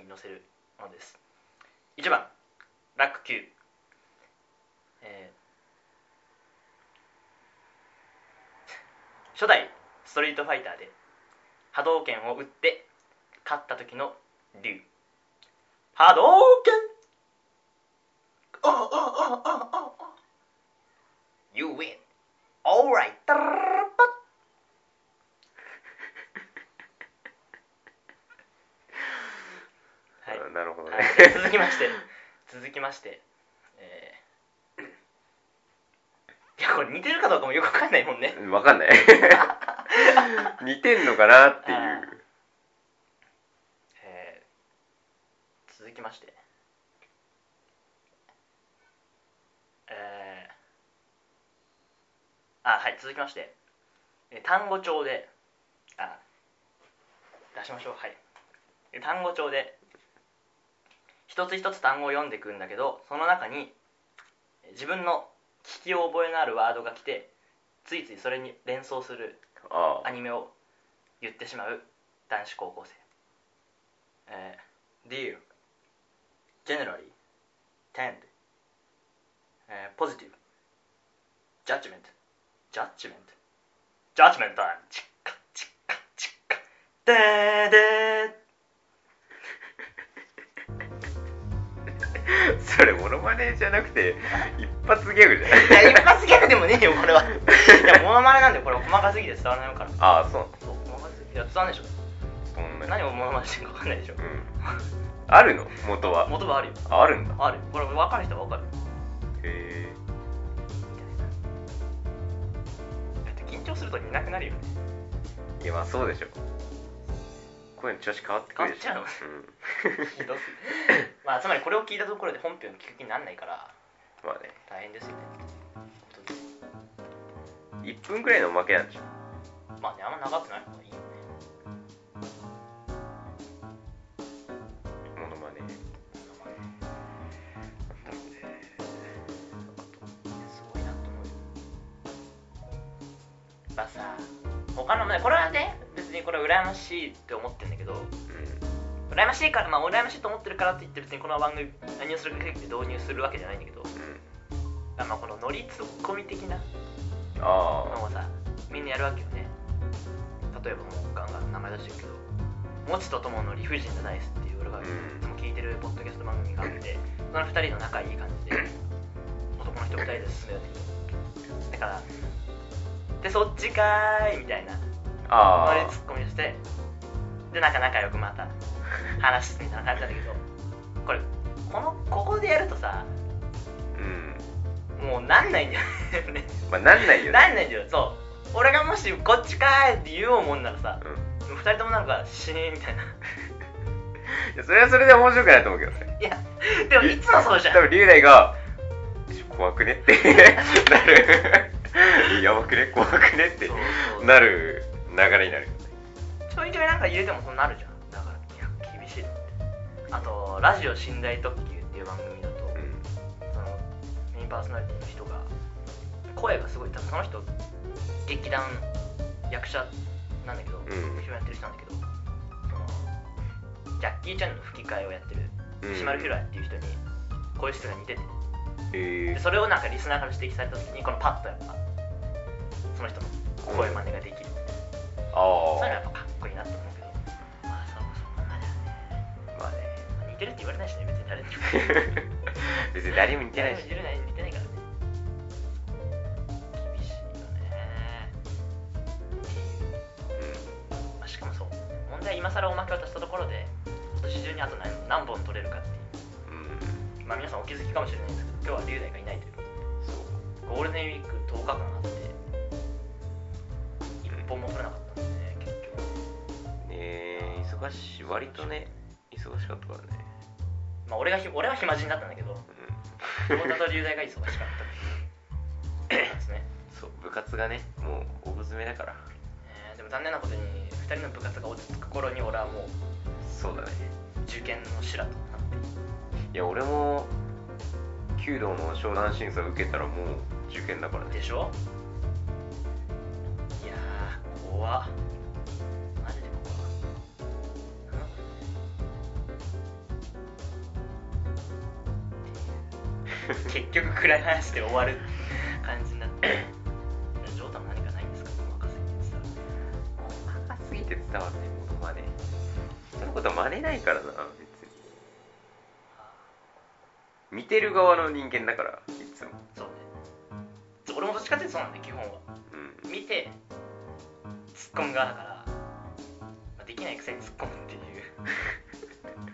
[SPEAKER 2] 載せるものです1番ラック9えー初代ストリートファイターで波動拳を打って勝った時の竜波動拳あああああああ You win alright はい
[SPEAKER 3] あなるほどね
[SPEAKER 2] はい
[SPEAKER 3] <laughs>
[SPEAKER 2] 続きまして続きましてえーいやこれ似てるかどうかもよくわかんないもんね
[SPEAKER 3] わかんない <laughs> 似てんのかなっていう
[SPEAKER 2] えー続きましてえーあはい続きましてえー単語帳であ出しましょうはいえー単語帳で一つ一つ単語を読んでくんだけどその中にえー自分の聞き覚えのあるワードが来てついついそれに連想する
[SPEAKER 3] あ
[SPEAKER 2] アニメを言ってしまう男子高校生えー、Dear Generally Tend、えー、Positive Judgment Judgment Judgment Time チッカチッカチッカでーで
[SPEAKER 3] あ <laughs> それモノマネじゃなくて一発ギャグじゃ
[SPEAKER 2] ーいや
[SPEAKER 3] ない
[SPEAKER 2] 一発ギャグでもねえよこ <laughs> れはいやモノマネなんでこれ細かすぎて伝わらないから
[SPEAKER 3] <laughs> ああそう
[SPEAKER 2] そう細かすぎていや伝わらないでしょ
[SPEAKER 3] そんなに
[SPEAKER 2] 何をモノマネしてるか分かんない <laughs> でしょ
[SPEAKER 3] うんあるの元は
[SPEAKER 2] 元があるよ
[SPEAKER 3] ああるんだ
[SPEAKER 2] あるこれ分かる人は分かる
[SPEAKER 3] へえ
[SPEAKER 2] だって緊張すると似なくなる <laughs> よね
[SPEAKER 3] いやまあそうでしょこういうの調子変わってくるでしょ
[SPEAKER 2] 変わっちゃひどす <laughs> まあつまりこれを聞いたところで本編を聞く気にならないから
[SPEAKER 3] うん <laughs> まあね
[SPEAKER 2] 大変ですよね
[SPEAKER 3] 1分くらいのおまけなんでしょ
[SPEAKER 2] まあねあんま長くない方がいいよね
[SPEAKER 3] モノマネなんだろうね
[SPEAKER 2] すごいなと思うよまあさ他のねこれはね別にこれは羨ましいって思ってるんだけど羨ましいからまあ羨ましいと思ってるからって言って別にこの番組何をするか決めて導入するわけじゃないんだけど
[SPEAKER 3] うんうん
[SPEAKER 2] あまあこのノリツッコミ的な
[SPEAKER 3] あ
[SPEAKER 2] のをさみんなやるわけよね例えばもうガンガン名前出してるけど「もちとともの理不尽じゃないです」っていう俺が
[SPEAKER 3] あう
[SPEAKER 2] い
[SPEAKER 3] ん
[SPEAKER 2] つも聞いてるポッドキャスト番組があってその2人の仲いい感じで男の人2人で進めるんだけどだから「でそっちかーい」みたいな
[SPEAKER 3] あ
[SPEAKER 2] ノリ
[SPEAKER 3] あ
[SPEAKER 2] ツッコミをしてでなんか仲良くまた話すみたいな感じなんだけどこれこのここでやるとさ
[SPEAKER 3] うん
[SPEAKER 2] もうなんないんだよね
[SPEAKER 3] まあなんないよ
[SPEAKER 2] <laughs>
[SPEAKER 3] ね
[SPEAKER 2] なんないんだよそう俺がもしこっちかーいって言おうもんならさ
[SPEAKER 3] うん
[SPEAKER 2] 2人ともなんか死ねみたいない <laughs>
[SPEAKER 3] やそれはそれで面白くないと思うけどね
[SPEAKER 2] いやでもいつもそうじゃん
[SPEAKER 3] 多分龍大が「怖くね?」って <laughs> なるやばくね怖くねって
[SPEAKER 2] そうそう
[SPEAKER 3] なる流れになる
[SPEAKER 2] ちょいちょいなんか入れてもそうなるじゃんだからいや厳しいと思ってあと「ラジオ寝台特急」っていう番組だと、
[SPEAKER 3] うん
[SPEAKER 2] そのメインパーソナリティの人が声がすごい多分その人劇団役者なんだけど、
[SPEAKER 3] ん
[SPEAKER 2] 一緒にやってる人なんだけどそのジャッキー・チャンの吹き替えをやってる
[SPEAKER 3] うん
[SPEAKER 2] シマル・ヒュラーっていう人に声質が似てて
[SPEAKER 3] へ
[SPEAKER 2] でそれをなんかリスナーから指摘された時にこのパッとやっぱその人の声真似ができる、
[SPEAKER 3] あ
[SPEAKER 2] そういうのは
[SPEAKER 3] あ
[SPEAKER 2] やっぱかっこいいなと思うけどまあそそこまではね
[SPEAKER 3] <laughs> 別に誰も似てないし
[SPEAKER 2] 似てない似てないからね厳しいよね
[SPEAKER 3] う
[SPEAKER 2] まあ、しかもそう問題は今更おまけ渡したところで今年中にあと何何本取れるかってい
[SPEAKER 3] んうん
[SPEAKER 2] うまあ皆さんお気づきかもしれないんですけど今日は龍大がいないという
[SPEAKER 3] そう
[SPEAKER 2] ゴールデンウィーク10日間あって1本も取れなかったんですね結局
[SPEAKER 3] ねえ忙しい割とね忙しかったからね
[SPEAKER 2] まあ俺がひ俺は暇人だったんだけど
[SPEAKER 3] う
[SPEAKER 2] 太
[SPEAKER 3] ん
[SPEAKER 2] 田と龍大が忙しかったっていうですね
[SPEAKER 3] <laughs> そう部活がねもう大詰めだから
[SPEAKER 2] えーでも残念なことに2人の部活が落ち着く頃に俺はもう
[SPEAKER 3] そうだね
[SPEAKER 2] 受験の修羅となって
[SPEAKER 3] いや俺も弓道の商談審査受けたらもう受験だからね
[SPEAKER 2] でしょいやー怖っマジで怖っなんだこれっていう <laughs> 結局暗い話で終わる感じになってジョータも何かないんですか細かすぎてさ
[SPEAKER 3] 細かすぎて伝わんないものまね人のこと真似ないからな別に見てる側の人間だからいつも
[SPEAKER 2] そうねそう俺もどっちかっていうとそうなんだよ基本は
[SPEAKER 3] うん
[SPEAKER 2] 見て突っ込む側だから、まあ、できないくせに突っ込むっていうそ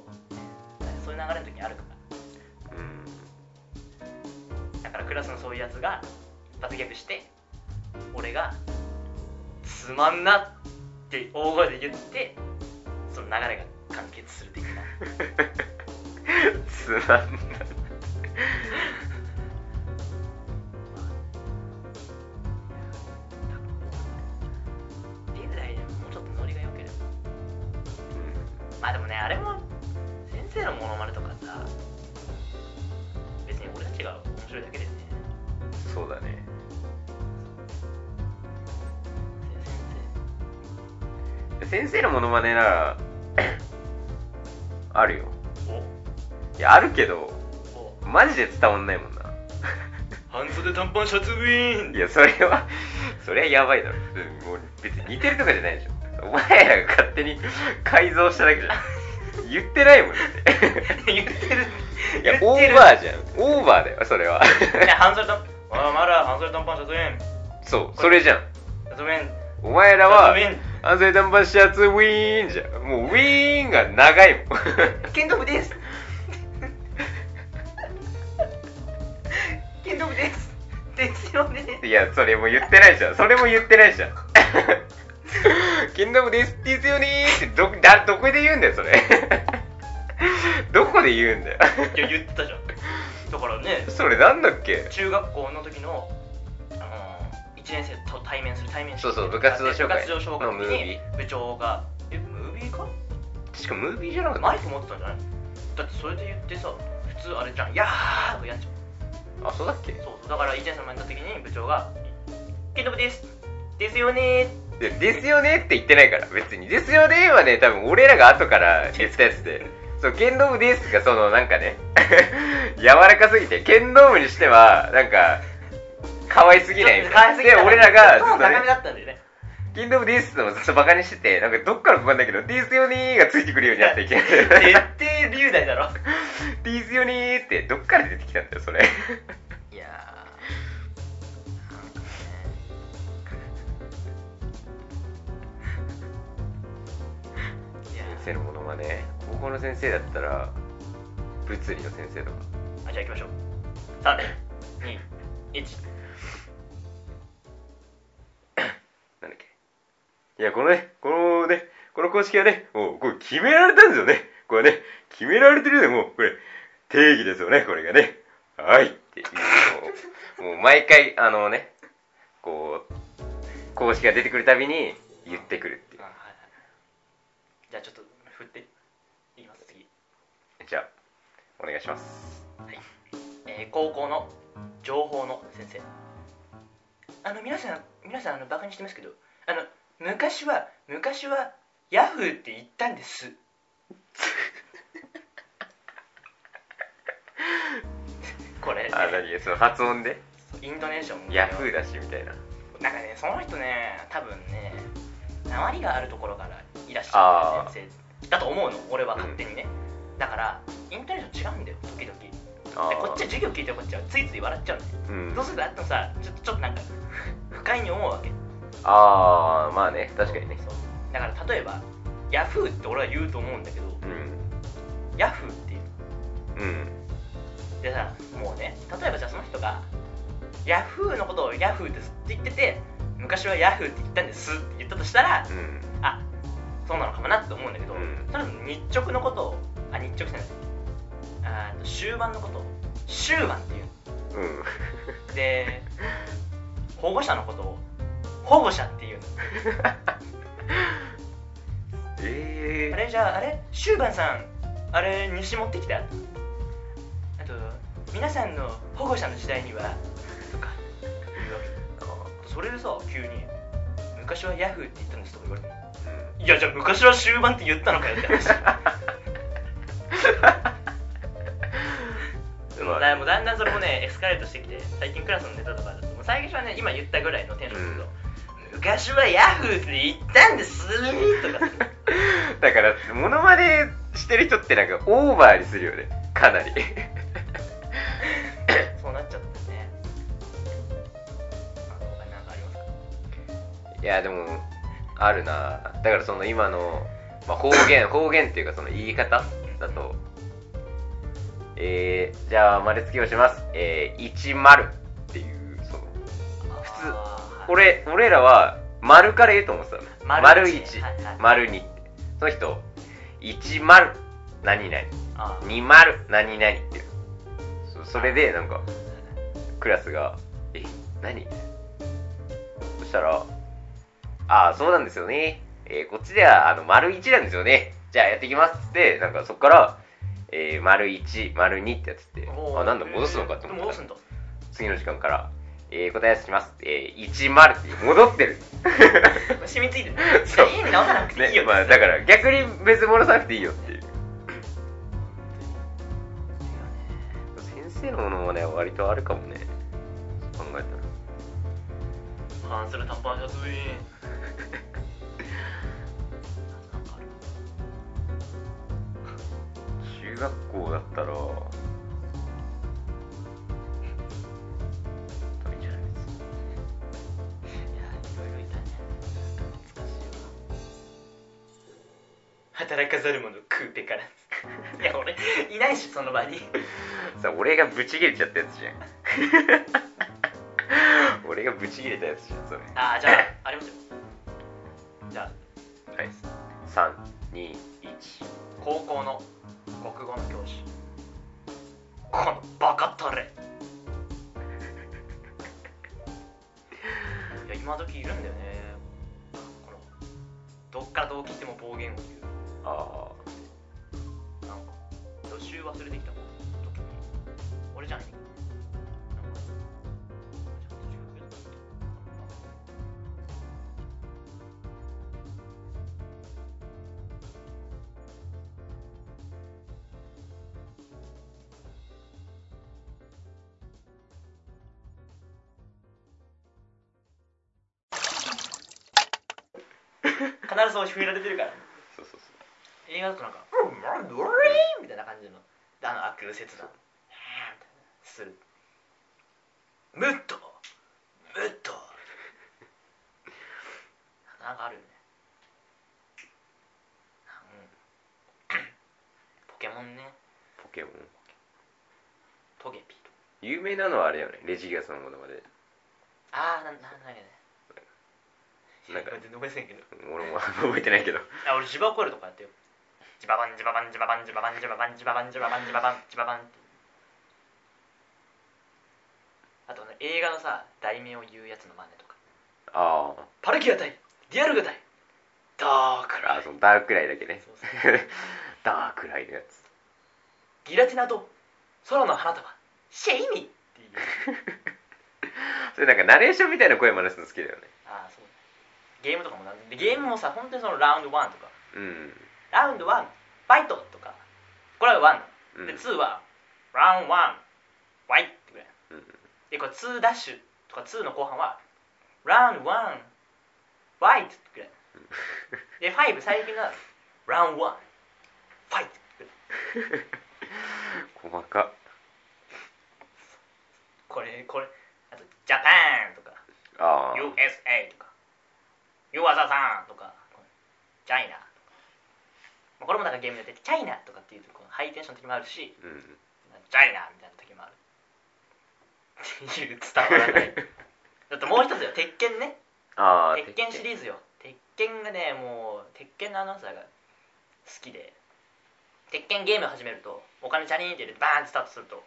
[SPEAKER 2] うだからそういう流れの時にあるか
[SPEAKER 3] うん <laughs>
[SPEAKER 2] らだからクラスのそういうやつが一発ギャグして俺が「つまんな」って大声で言ってその流れが完結する的な
[SPEAKER 3] つまんない
[SPEAKER 2] 現代でももうちょっとノリが良ければまあでもねあれも先生のモノマネとかさ別に俺たちが面白いだけだよね
[SPEAKER 3] うんそうだね
[SPEAKER 2] 先
[SPEAKER 3] 先生のモノマネなら <coughs> あるよ
[SPEAKER 2] 生
[SPEAKER 3] いやあるけど
[SPEAKER 2] おお
[SPEAKER 3] マジで伝わんないもんな
[SPEAKER 2] 半袖短パンシャツウィーン
[SPEAKER 3] いやそれはそれはやばいだろうんもう別に似てるとかじゃないでしょお前らが勝手に改造しただけじゃん言ってないもんだっ
[SPEAKER 2] <laughs>
[SPEAKER 3] て
[SPEAKER 2] 言ってる
[SPEAKER 3] <laughs> いや
[SPEAKER 2] 言
[SPEAKER 3] オ
[SPEAKER 2] って
[SPEAKER 3] ー
[SPEAKER 2] る
[SPEAKER 3] バーじゃんオーバーだよそれ <laughs> は
[SPEAKER 2] いや半袖短パンおいお前ら半袖短パンシャツウィーンシ
[SPEAKER 3] そうそれじゃん
[SPEAKER 2] ャツウィーン
[SPEAKER 3] お前らは
[SPEAKER 2] シャツウィーン
[SPEAKER 3] 安全短パンシャツウィーンじゃんもうウィーンが長いもん <laughs>
[SPEAKER 2] 剣道部です剣道部 <laughs> ですですよね
[SPEAKER 3] いやそれも言ってないじゃんそれも言ってないじゃん <laughs> キングダムですって言ってよねーってどだどこで言うんだよそれ <laughs> どこで言うんだよ
[SPEAKER 2] いや言ってたじゃんだからね
[SPEAKER 3] それなんだっけ
[SPEAKER 2] 中学校の時の、あのー、1年生と対面する対面式
[SPEAKER 3] そうそう部活動紹介
[SPEAKER 2] 部活動紹介の
[SPEAKER 3] のムービ
[SPEAKER 2] 時に部長が「えムービーか
[SPEAKER 3] 確かムービーじゃなかった
[SPEAKER 2] マイク持ってたんじゃないだってそれで言ってさ普通あれじゃん「いやー」とかやっちゃ
[SPEAKER 3] あそうだっけ
[SPEAKER 2] うそうそうだから1年生の前になった時に部長が「ケントブですですよね
[SPEAKER 3] いやですよねって言ってないから別にですよねはね多分俺らが後から言ったやつでそう剣道部ですがそのなんかね <laughs> 柔らかすぎて剣道部にしてはなんか可愛す
[SPEAKER 2] ー」
[SPEAKER 3] ぎない
[SPEAKER 2] ちょ
[SPEAKER 3] み
[SPEAKER 2] っと可
[SPEAKER 3] たい
[SPEAKER 2] 愛
[SPEAKER 3] な
[SPEAKER 2] すぎ
[SPEAKER 3] で
[SPEAKER 2] たな
[SPEAKER 3] 俺らが
[SPEAKER 2] トーン高め
[SPEAKER 3] ね
[SPEAKER 2] だったんだよね
[SPEAKER 3] 「剣道部です」ってずっとバカにしててなんかどっからかわかんないけど「ですよね」がついてくるようにな
[SPEAKER 2] <laughs>
[SPEAKER 3] っていけない
[SPEAKER 2] 絶対龍大だろ
[SPEAKER 3] 「ですよね」ってどっから出てきたんだよそれ
[SPEAKER 2] いや
[SPEAKER 3] 先生のものまね高校の先生だったら物理の先生とか
[SPEAKER 2] あじゃあ行きましょう3 2 1
[SPEAKER 3] なんだっけいや、このね、このね、この公式はね、もう、これ決められたんですよね。これね、決められてるよね、もう、これ、定義ですよね、これがね。はいっていうのを、もう毎回、あのね、こう、公式が出てくるたびに言ってくるっていう
[SPEAKER 2] あ。はいはいじゃあちょっと振っていきます次、
[SPEAKER 3] じゃあ、お願いします。
[SPEAKER 2] えー高校の情報の先生あの皆さん皆さんあのバカにしてますけどあの昔は昔はヤフーって言ったんです <laughs> これ、ね、
[SPEAKER 3] あ、何その発音で
[SPEAKER 2] インドネーション
[SPEAKER 3] ヤフーだし、みたいな。
[SPEAKER 2] なんかねその人ね多分ねりがあるところからいらっし
[SPEAKER 3] あ
[SPEAKER 2] ゃ
[SPEAKER 3] ー
[SPEAKER 2] る先だと思うの俺は勝手にね、だからイントネーション違うんだよ時々で
[SPEAKER 3] あー
[SPEAKER 2] こっちは授業聞いてるこっちはついつい笑っちゃうんだよ
[SPEAKER 3] うん
[SPEAKER 2] どうするだってさちょっとちょっとなんか不快に思うわけ
[SPEAKER 3] ああまあね確かにね
[SPEAKER 2] そうだから例えばヤフーって俺は言うと思うんだけど
[SPEAKER 3] うん
[SPEAKER 2] ヤフーっていう
[SPEAKER 3] うん
[SPEAKER 2] でさもうね例えばじゃあその人がヤフーのことをヤフーですって言ってて昔はヤフーって言ったんですって言ったとしたら
[SPEAKER 3] うん
[SPEAKER 2] あそうなのかもなって思うんだけど、
[SPEAKER 3] うん
[SPEAKER 2] ただ日直のことをあ日直じゃないあーと終盤のことを終盤っていう
[SPEAKER 3] うん
[SPEAKER 2] の
[SPEAKER 3] <laughs>
[SPEAKER 2] で保護者のことを保護者っていうの
[SPEAKER 3] え
[SPEAKER 2] あ
[SPEAKER 3] え
[SPEAKER 2] れじゃああれ終盤さんあれ西持ってきたあと皆さんの保護者の時代にはとか言うわけそれでさ急に昔はヤフーって言ったんですとか言われてもいやじゃあ昔は終盤って言ったのかよって話でもだもうだんだんそれもねエスカレートしてきて最近クラスのネタとかだともう最初はね今言ったぐらいのテンションだけど、昔はヤフーって言ったんですとか
[SPEAKER 3] <laughs> だからモノマネしてる人ってなんかオーバーにするよねかなり
[SPEAKER 2] そうなっちゃったね。あ他に何かありますか
[SPEAKER 3] いやでもあるなだからその今の、まあ、方言方言っていうかその言い方だとえー、じゃあ丸付けをしますえー、10っていうその普通
[SPEAKER 2] あーはい
[SPEAKER 3] 俺俺らは丸から言うと思ってたの丸
[SPEAKER 2] 一ね
[SPEAKER 3] 1
[SPEAKER 2] はいはい
[SPEAKER 3] 丸2その人10何々
[SPEAKER 2] あー
[SPEAKER 3] 20何々っていうそそれでなんかクラスが「え何?」そしたら「ああそうなんですよね、えーこっちではあの丸1なんですよねじゃあやっていきます」ってなんかそっから、えー丸1丸2ってやつって
[SPEAKER 2] おー
[SPEAKER 3] あなんだ戻すのかと思っ
[SPEAKER 2] 戻
[SPEAKER 3] た
[SPEAKER 2] す
[SPEAKER 3] ら
[SPEAKER 2] んだ。
[SPEAKER 3] 次の時間から、えー答え合わせします、えー、10って戻っ
[SPEAKER 2] <laughs>
[SPEAKER 3] てる
[SPEAKER 2] 染みついてる。
[SPEAKER 3] そう
[SPEAKER 2] 家に直さなくていいよ。
[SPEAKER 3] ねまあ、だから逆に別に戻さなくていいよっていう先生のものもね割とあるかもね考えたら
[SPEAKER 2] パンする短パンシャツイン。なんかある
[SPEAKER 3] 中学校
[SPEAKER 2] <laughs>
[SPEAKER 3] だったら
[SPEAKER 2] いやい
[SPEAKER 3] いいんじゃないですか
[SPEAKER 2] ろいろいたね。懐かしいわ。働かざる者食うべから <laughs> ず。いや俺いないしその場に。
[SPEAKER 3] さ俺がブチ切れちゃったやつ
[SPEAKER 2] <laughs>
[SPEAKER 3] じゃん俺がブチ切れたやつじゃんそれ
[SPEAKER 2] あーじゃあありますよ。じゃあ。
[SPEAKER 3] はい321
[SPEAKER 2] 高校の国語の教師このバカタレいや今時いるんだよねこのどっからどう聞いても暴言を言
[SPEAKER 3] ああ
[SPEAKER 2] うなんか予習忘れてきた時に俺じゃないなんかちゃんと中学やってた必ずそう振られてるから
[SPEAKER 3] そうそうそう
[SPEAKER 2] 映画だとなんか「うんなんで俺?」みたいな感じのであの悪切断するムッとムッとなんかあるよねうんポケモンね
[SPEAKER 3] ポケモン
[SPEAKER 2] トゲピー
[SPEAKER 3] 有名なのはあれだよねレジギアスのものまで
[SPEAKER 2] ああなんなんだっけね
[SPEAKER 3] なん
[SPEAKER 2] <laughs>
[SPEAKER 3] か
[SPEAKER 2] 全然覚えてないけど
[SPEAKER 3] 俺も覚えてないけど
[SPEAKER 2] あ俺ジバコールとかやってよジババンジババンジババンジババンジババンジババンジババンジババンジババンってあとね映画のさ題名を言うやつの真似とか
[SPEAKER 3] ああ
[SPEAKER 2] パルキア対ディアルガ対ダーク
[SPEAKER 3] あ
[SPEAKER 2] ラ
[SPEAKER 3] ー
[SPEAKER 2] イ
[SPEAKER 3] そのダークライだけね <laughs>
[SPEAKER 2] そう
[SPEAKER 3] ダークライのやつ <laughs>
[SPEAKER 2] ギラティナと空の花束シェイミーっていう
[SPEAKER 3] それなんかナレーションみたいな声真似するの好きだよね
[SPEAKER 2] ああそうねゲームとかもなんででゲームもさ本当にそのラウンド1とか
[SPEAKER 3] うん
[SPEAKER 2] ラウンド1ファイトとかこれは
[SPEAKER 3] う
[SPEAKER 2] 1
[SPEAKER 3] ん <laughs>
[SPEAKER 2] で2はラウンド1ワイってぐらい
[SPEAKER 3] うん
[SPEAKER 2] でこれ2ダッシュとか2の後半はラウンド1ワイトってくらいで5最近のラウンド1ファイト
[SPEAKER 3] 細か
[SPEAKER 2] これこれあとジャパンとか
[SPEAKER 3] ああ
[SPEAKER 2] USA とか湯浅さんとかチャイナまあこれもなんかゲームによってチャイナとかっていうとこのハイテンションの時もあるし
[SPEAKER 3] うん
[SPEAKER 2] チャイナみたいな時もあるっていう伝わ
[SPEAKER 3] <laughs>
[SPEAKER 2] らないだってもう一つよ鉄拳ね
[SPEAKER 3] ああ
[SPEAKER 2] 鉄拳シリーズよ鉄拳がねもう鉄拳のアナウンサーが好きで鉄拳ゲームを始めるとお金チャリーンって入れてバーンってスタートすると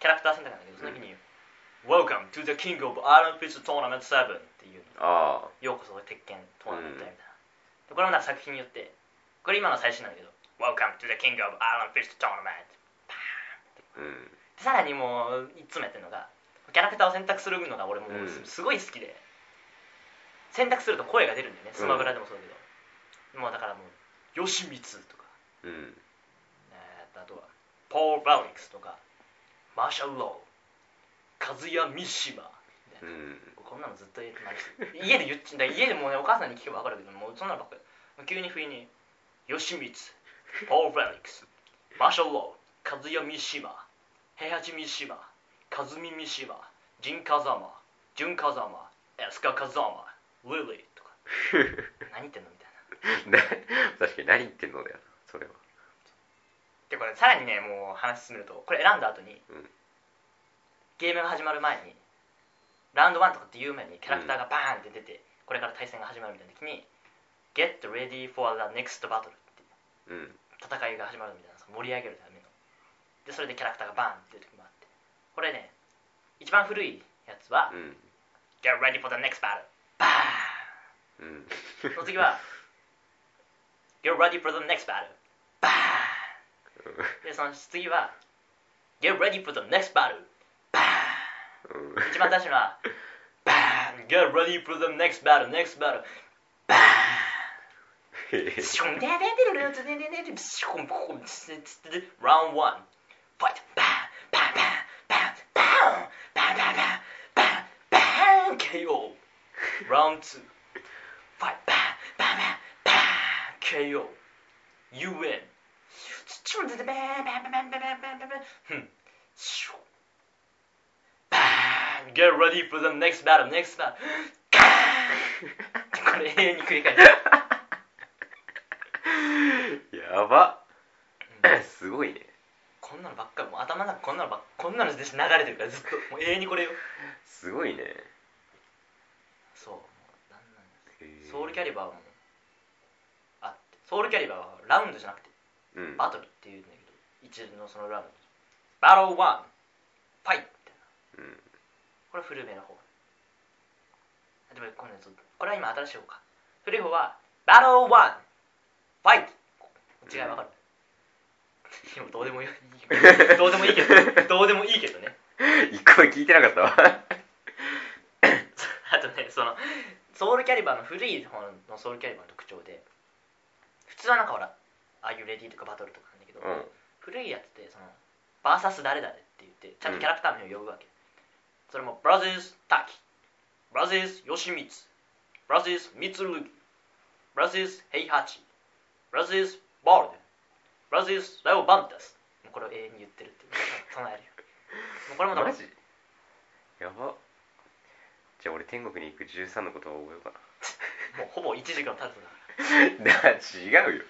[SPEAKER 2] キャラクター選択なんだけどその時に「Welcome to the King of Iron Fist Tournament 7」っていう
[SPEAKER 3] あ
[SPEAKER 2] ようこそ鉄拳トーナメントみたいな、でこれもなんか作品によってこれ今の最新なんだけど「Welcome to the King of Iron Fist Tournament
[SPEAKER 3] あうん」
[SPEAKER 2] でさらにもういつもやってるのがキャラクターを選択するのが俺も
[SPEAKER 3] うん
[SPEAKER 2] うすすごい好きで、選択すると声が出るんだよねスマブラでもそうだけど、もうだからもう「吉光」とか
[SPEAKER 3] うん
[SPEAKER 2] えーっとあとは「ポール・バリックス」とか「マーシャル・ロー」「カズヤ・ミシマ」みたいな
[SPEAKER 3] うん
[SPEAKER 2] こんなのずっと言ってま家で言っちゃだから家でもうねお母さんに聞けば分かるけどもうそんなのばっかり急に不意に「吉光ポール・フェリックスマーシャル・ロー和也三島平八三島和美三島陣風間純風間エスカ風間リリー」とか何言ってんのみたいな
[SPEAKER 3] ね確かに何言ってんのだよなそれは
[SPEAKER 2] でこれさらにねもう話進めるとこれ選んだ後に、
[SPEAKER 3] うん
[SPEAKER 2] ゲームが始まる前にラウンド1とかっていう前にキャラクターがバーンって出て、これから対戦が始まるみたいな時に「Get ready for the next battle」っていう
[SPEAKER 3] うん
[SPEAKER 2] 戦いが始まるみたいなその盛り上げるためのでそれでキャラクターがバーンって出る時もあってこれね一番古いやつは
[SPEAKER 3] うん
[SPEAKER 2] 「Get ready for the next battle」バー
[SPEAKER 3] うん
[SPEAKER 2] ンその次
[SPEAKER 3] <laughs>
[SPEAKER 2] は「Get ready for the next battle」バーンで、その次は、Get ready for the next battle! バ
[SPEAKER 3] うん
[SPEAKER 2] ーン一番最初のは、バーン !Get ready for the next battle! Next battle! バー
[SPEAKER 3] へ
[SPEAKER 2] ン
[SPEAKER 3] へ
[SPEAKER 2] シュンデデデルルツデデデデシュンポコンツツツツツラウンド1ファイトバーンバーンバーンバーンバーンバーンバーンバーンバーンバーン KO! ラウンド2ファイトバーンバーンバーンバーン KO! You win! チュンズでバーンバーンバーンバーンバーンバーンバーンバーンふんシュッバーン Get ready for the next battle next battle ガーンこれ永遠に繰り返す
[SPEAKER 3] やばすごいね
[SPEAKER 2] こんなのばっかりもう頭の中こんなのばっこんなので流れてるからずっともう永遠にこれよ
[SPEAKER 3] すごいね
[SPEAKER 2] そうもうなんなんで
[SPEAKER 3] へー
[SPEAKER 2] すソウルキャリバーもあってソウルキャリバーはラウンドじゃなくて
[SPEAKER 3] うん
[SPEAKER 2] バトルっていうんだけど一連のそのラウンドバトルワンファイトみたいな
[SPEAKER 3] うん
[SPEAKER 2] これ古めの方あでもこのやつこれは今新しい方か古い方はバトルワンファイト違いわかる、今どうでもいいどうでもいいけどどうでもいいけどね
[SPEAKER 3] 一個も聞いてなかったわ
[SPEAKER 2] あとねそのソウルキャリバーの古い方のソウルキャリバーの特徴で普通はなんかほらああいうレディーとかバトルとかなんだけど、
[SPEAKER 3] うん
[SPEAKER 2] 古いやつってそのバーサス誰々って言ってちゃんとキャラクター名を呼ぶわけ、それもブラザーズ・タキブラザーズ・ヨシミツブラザーズ・ミツルギブラザーズ・ヘイハチブラザーズ・ボールデンブラザーズ・ラオ・バンタスもうこれを永遠に言ってるっていう <laughs> 唱えるよもうこれもだから
[SPEAKER 3] マジやばじゃあ俺天国に行く13のことを覚えよう
[SPEAKER 2] <laughs>
[SPEAKER 3] かな
[SPEAKER 2] もうほぼ1時間経つな
[SPEAKER 3] だ違うよ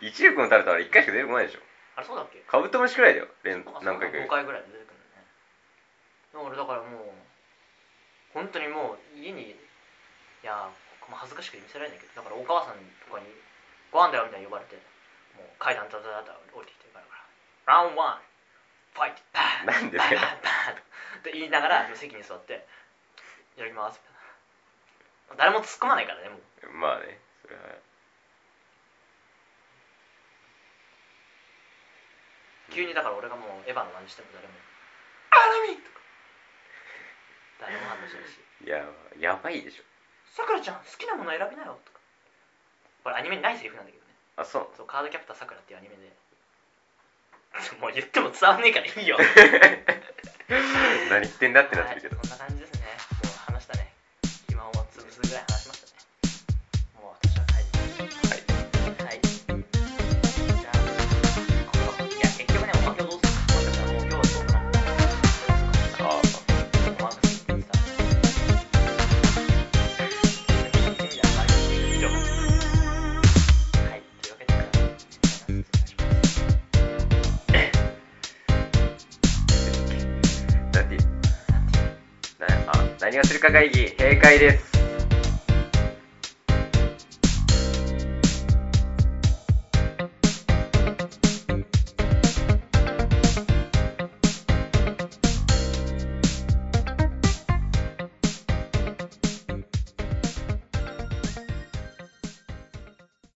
[SPEAKER 3] 一力のタルトは1回しか出てこないでしょ
[SPEAKER 2] あれそうだっけ
[SPEAKER 3] カブトムシくらいだよ連何回か
[SPEAKER 2] 5回ぐらいで出てくるんだねでも俺だからもう本当にもう家にいやまあ恥ずかしくて見せられないけどだからお母さんとかに「ご飯だよ」みたいに呼ばれてもう階段ダダダダ降りてきてからから「ラウンドワンファイトバーン
[SPEAKER 3] なんで
[SPEAKER 2] バ
[SPEAKER 3] だ
[SPEAKER 2] ー
[SPEAKER 3] よ
[SPEAKER 2] ンバーン」って言いながら席に座って「やります」みたいな誰も突っ込まないからねもう
[SPEAKER 3] まあねそれは
[SPEAKER 2] 急にだから俺がもうエヴァの真似しても誰も「アラミ!」とか誰も反応しないし
[SPEAKER 3] いややばいでしょ
[SPEAKER 2] さくらちゃん好きなもの選びなよとかこれアニメにないセリフなんだけどね <laughs>
[SPEAKER 3] あそう
[SPEAKER 2] そうカードキャプターさくらっていうアニメで <laughs> もう言っても伝わんねえからいいよ
[SPEAKER 3] 何言ってんだってなってるけど
[SPEAKER 2] はい、そんな感じですねもう話したね今を潰すぐらい話しましたねもう私は帰ります
[SPEAKER 3] はい
[SPEAKER 2] はいじゃあ
[SPEAKER 3] 何をするか会議、閉会です。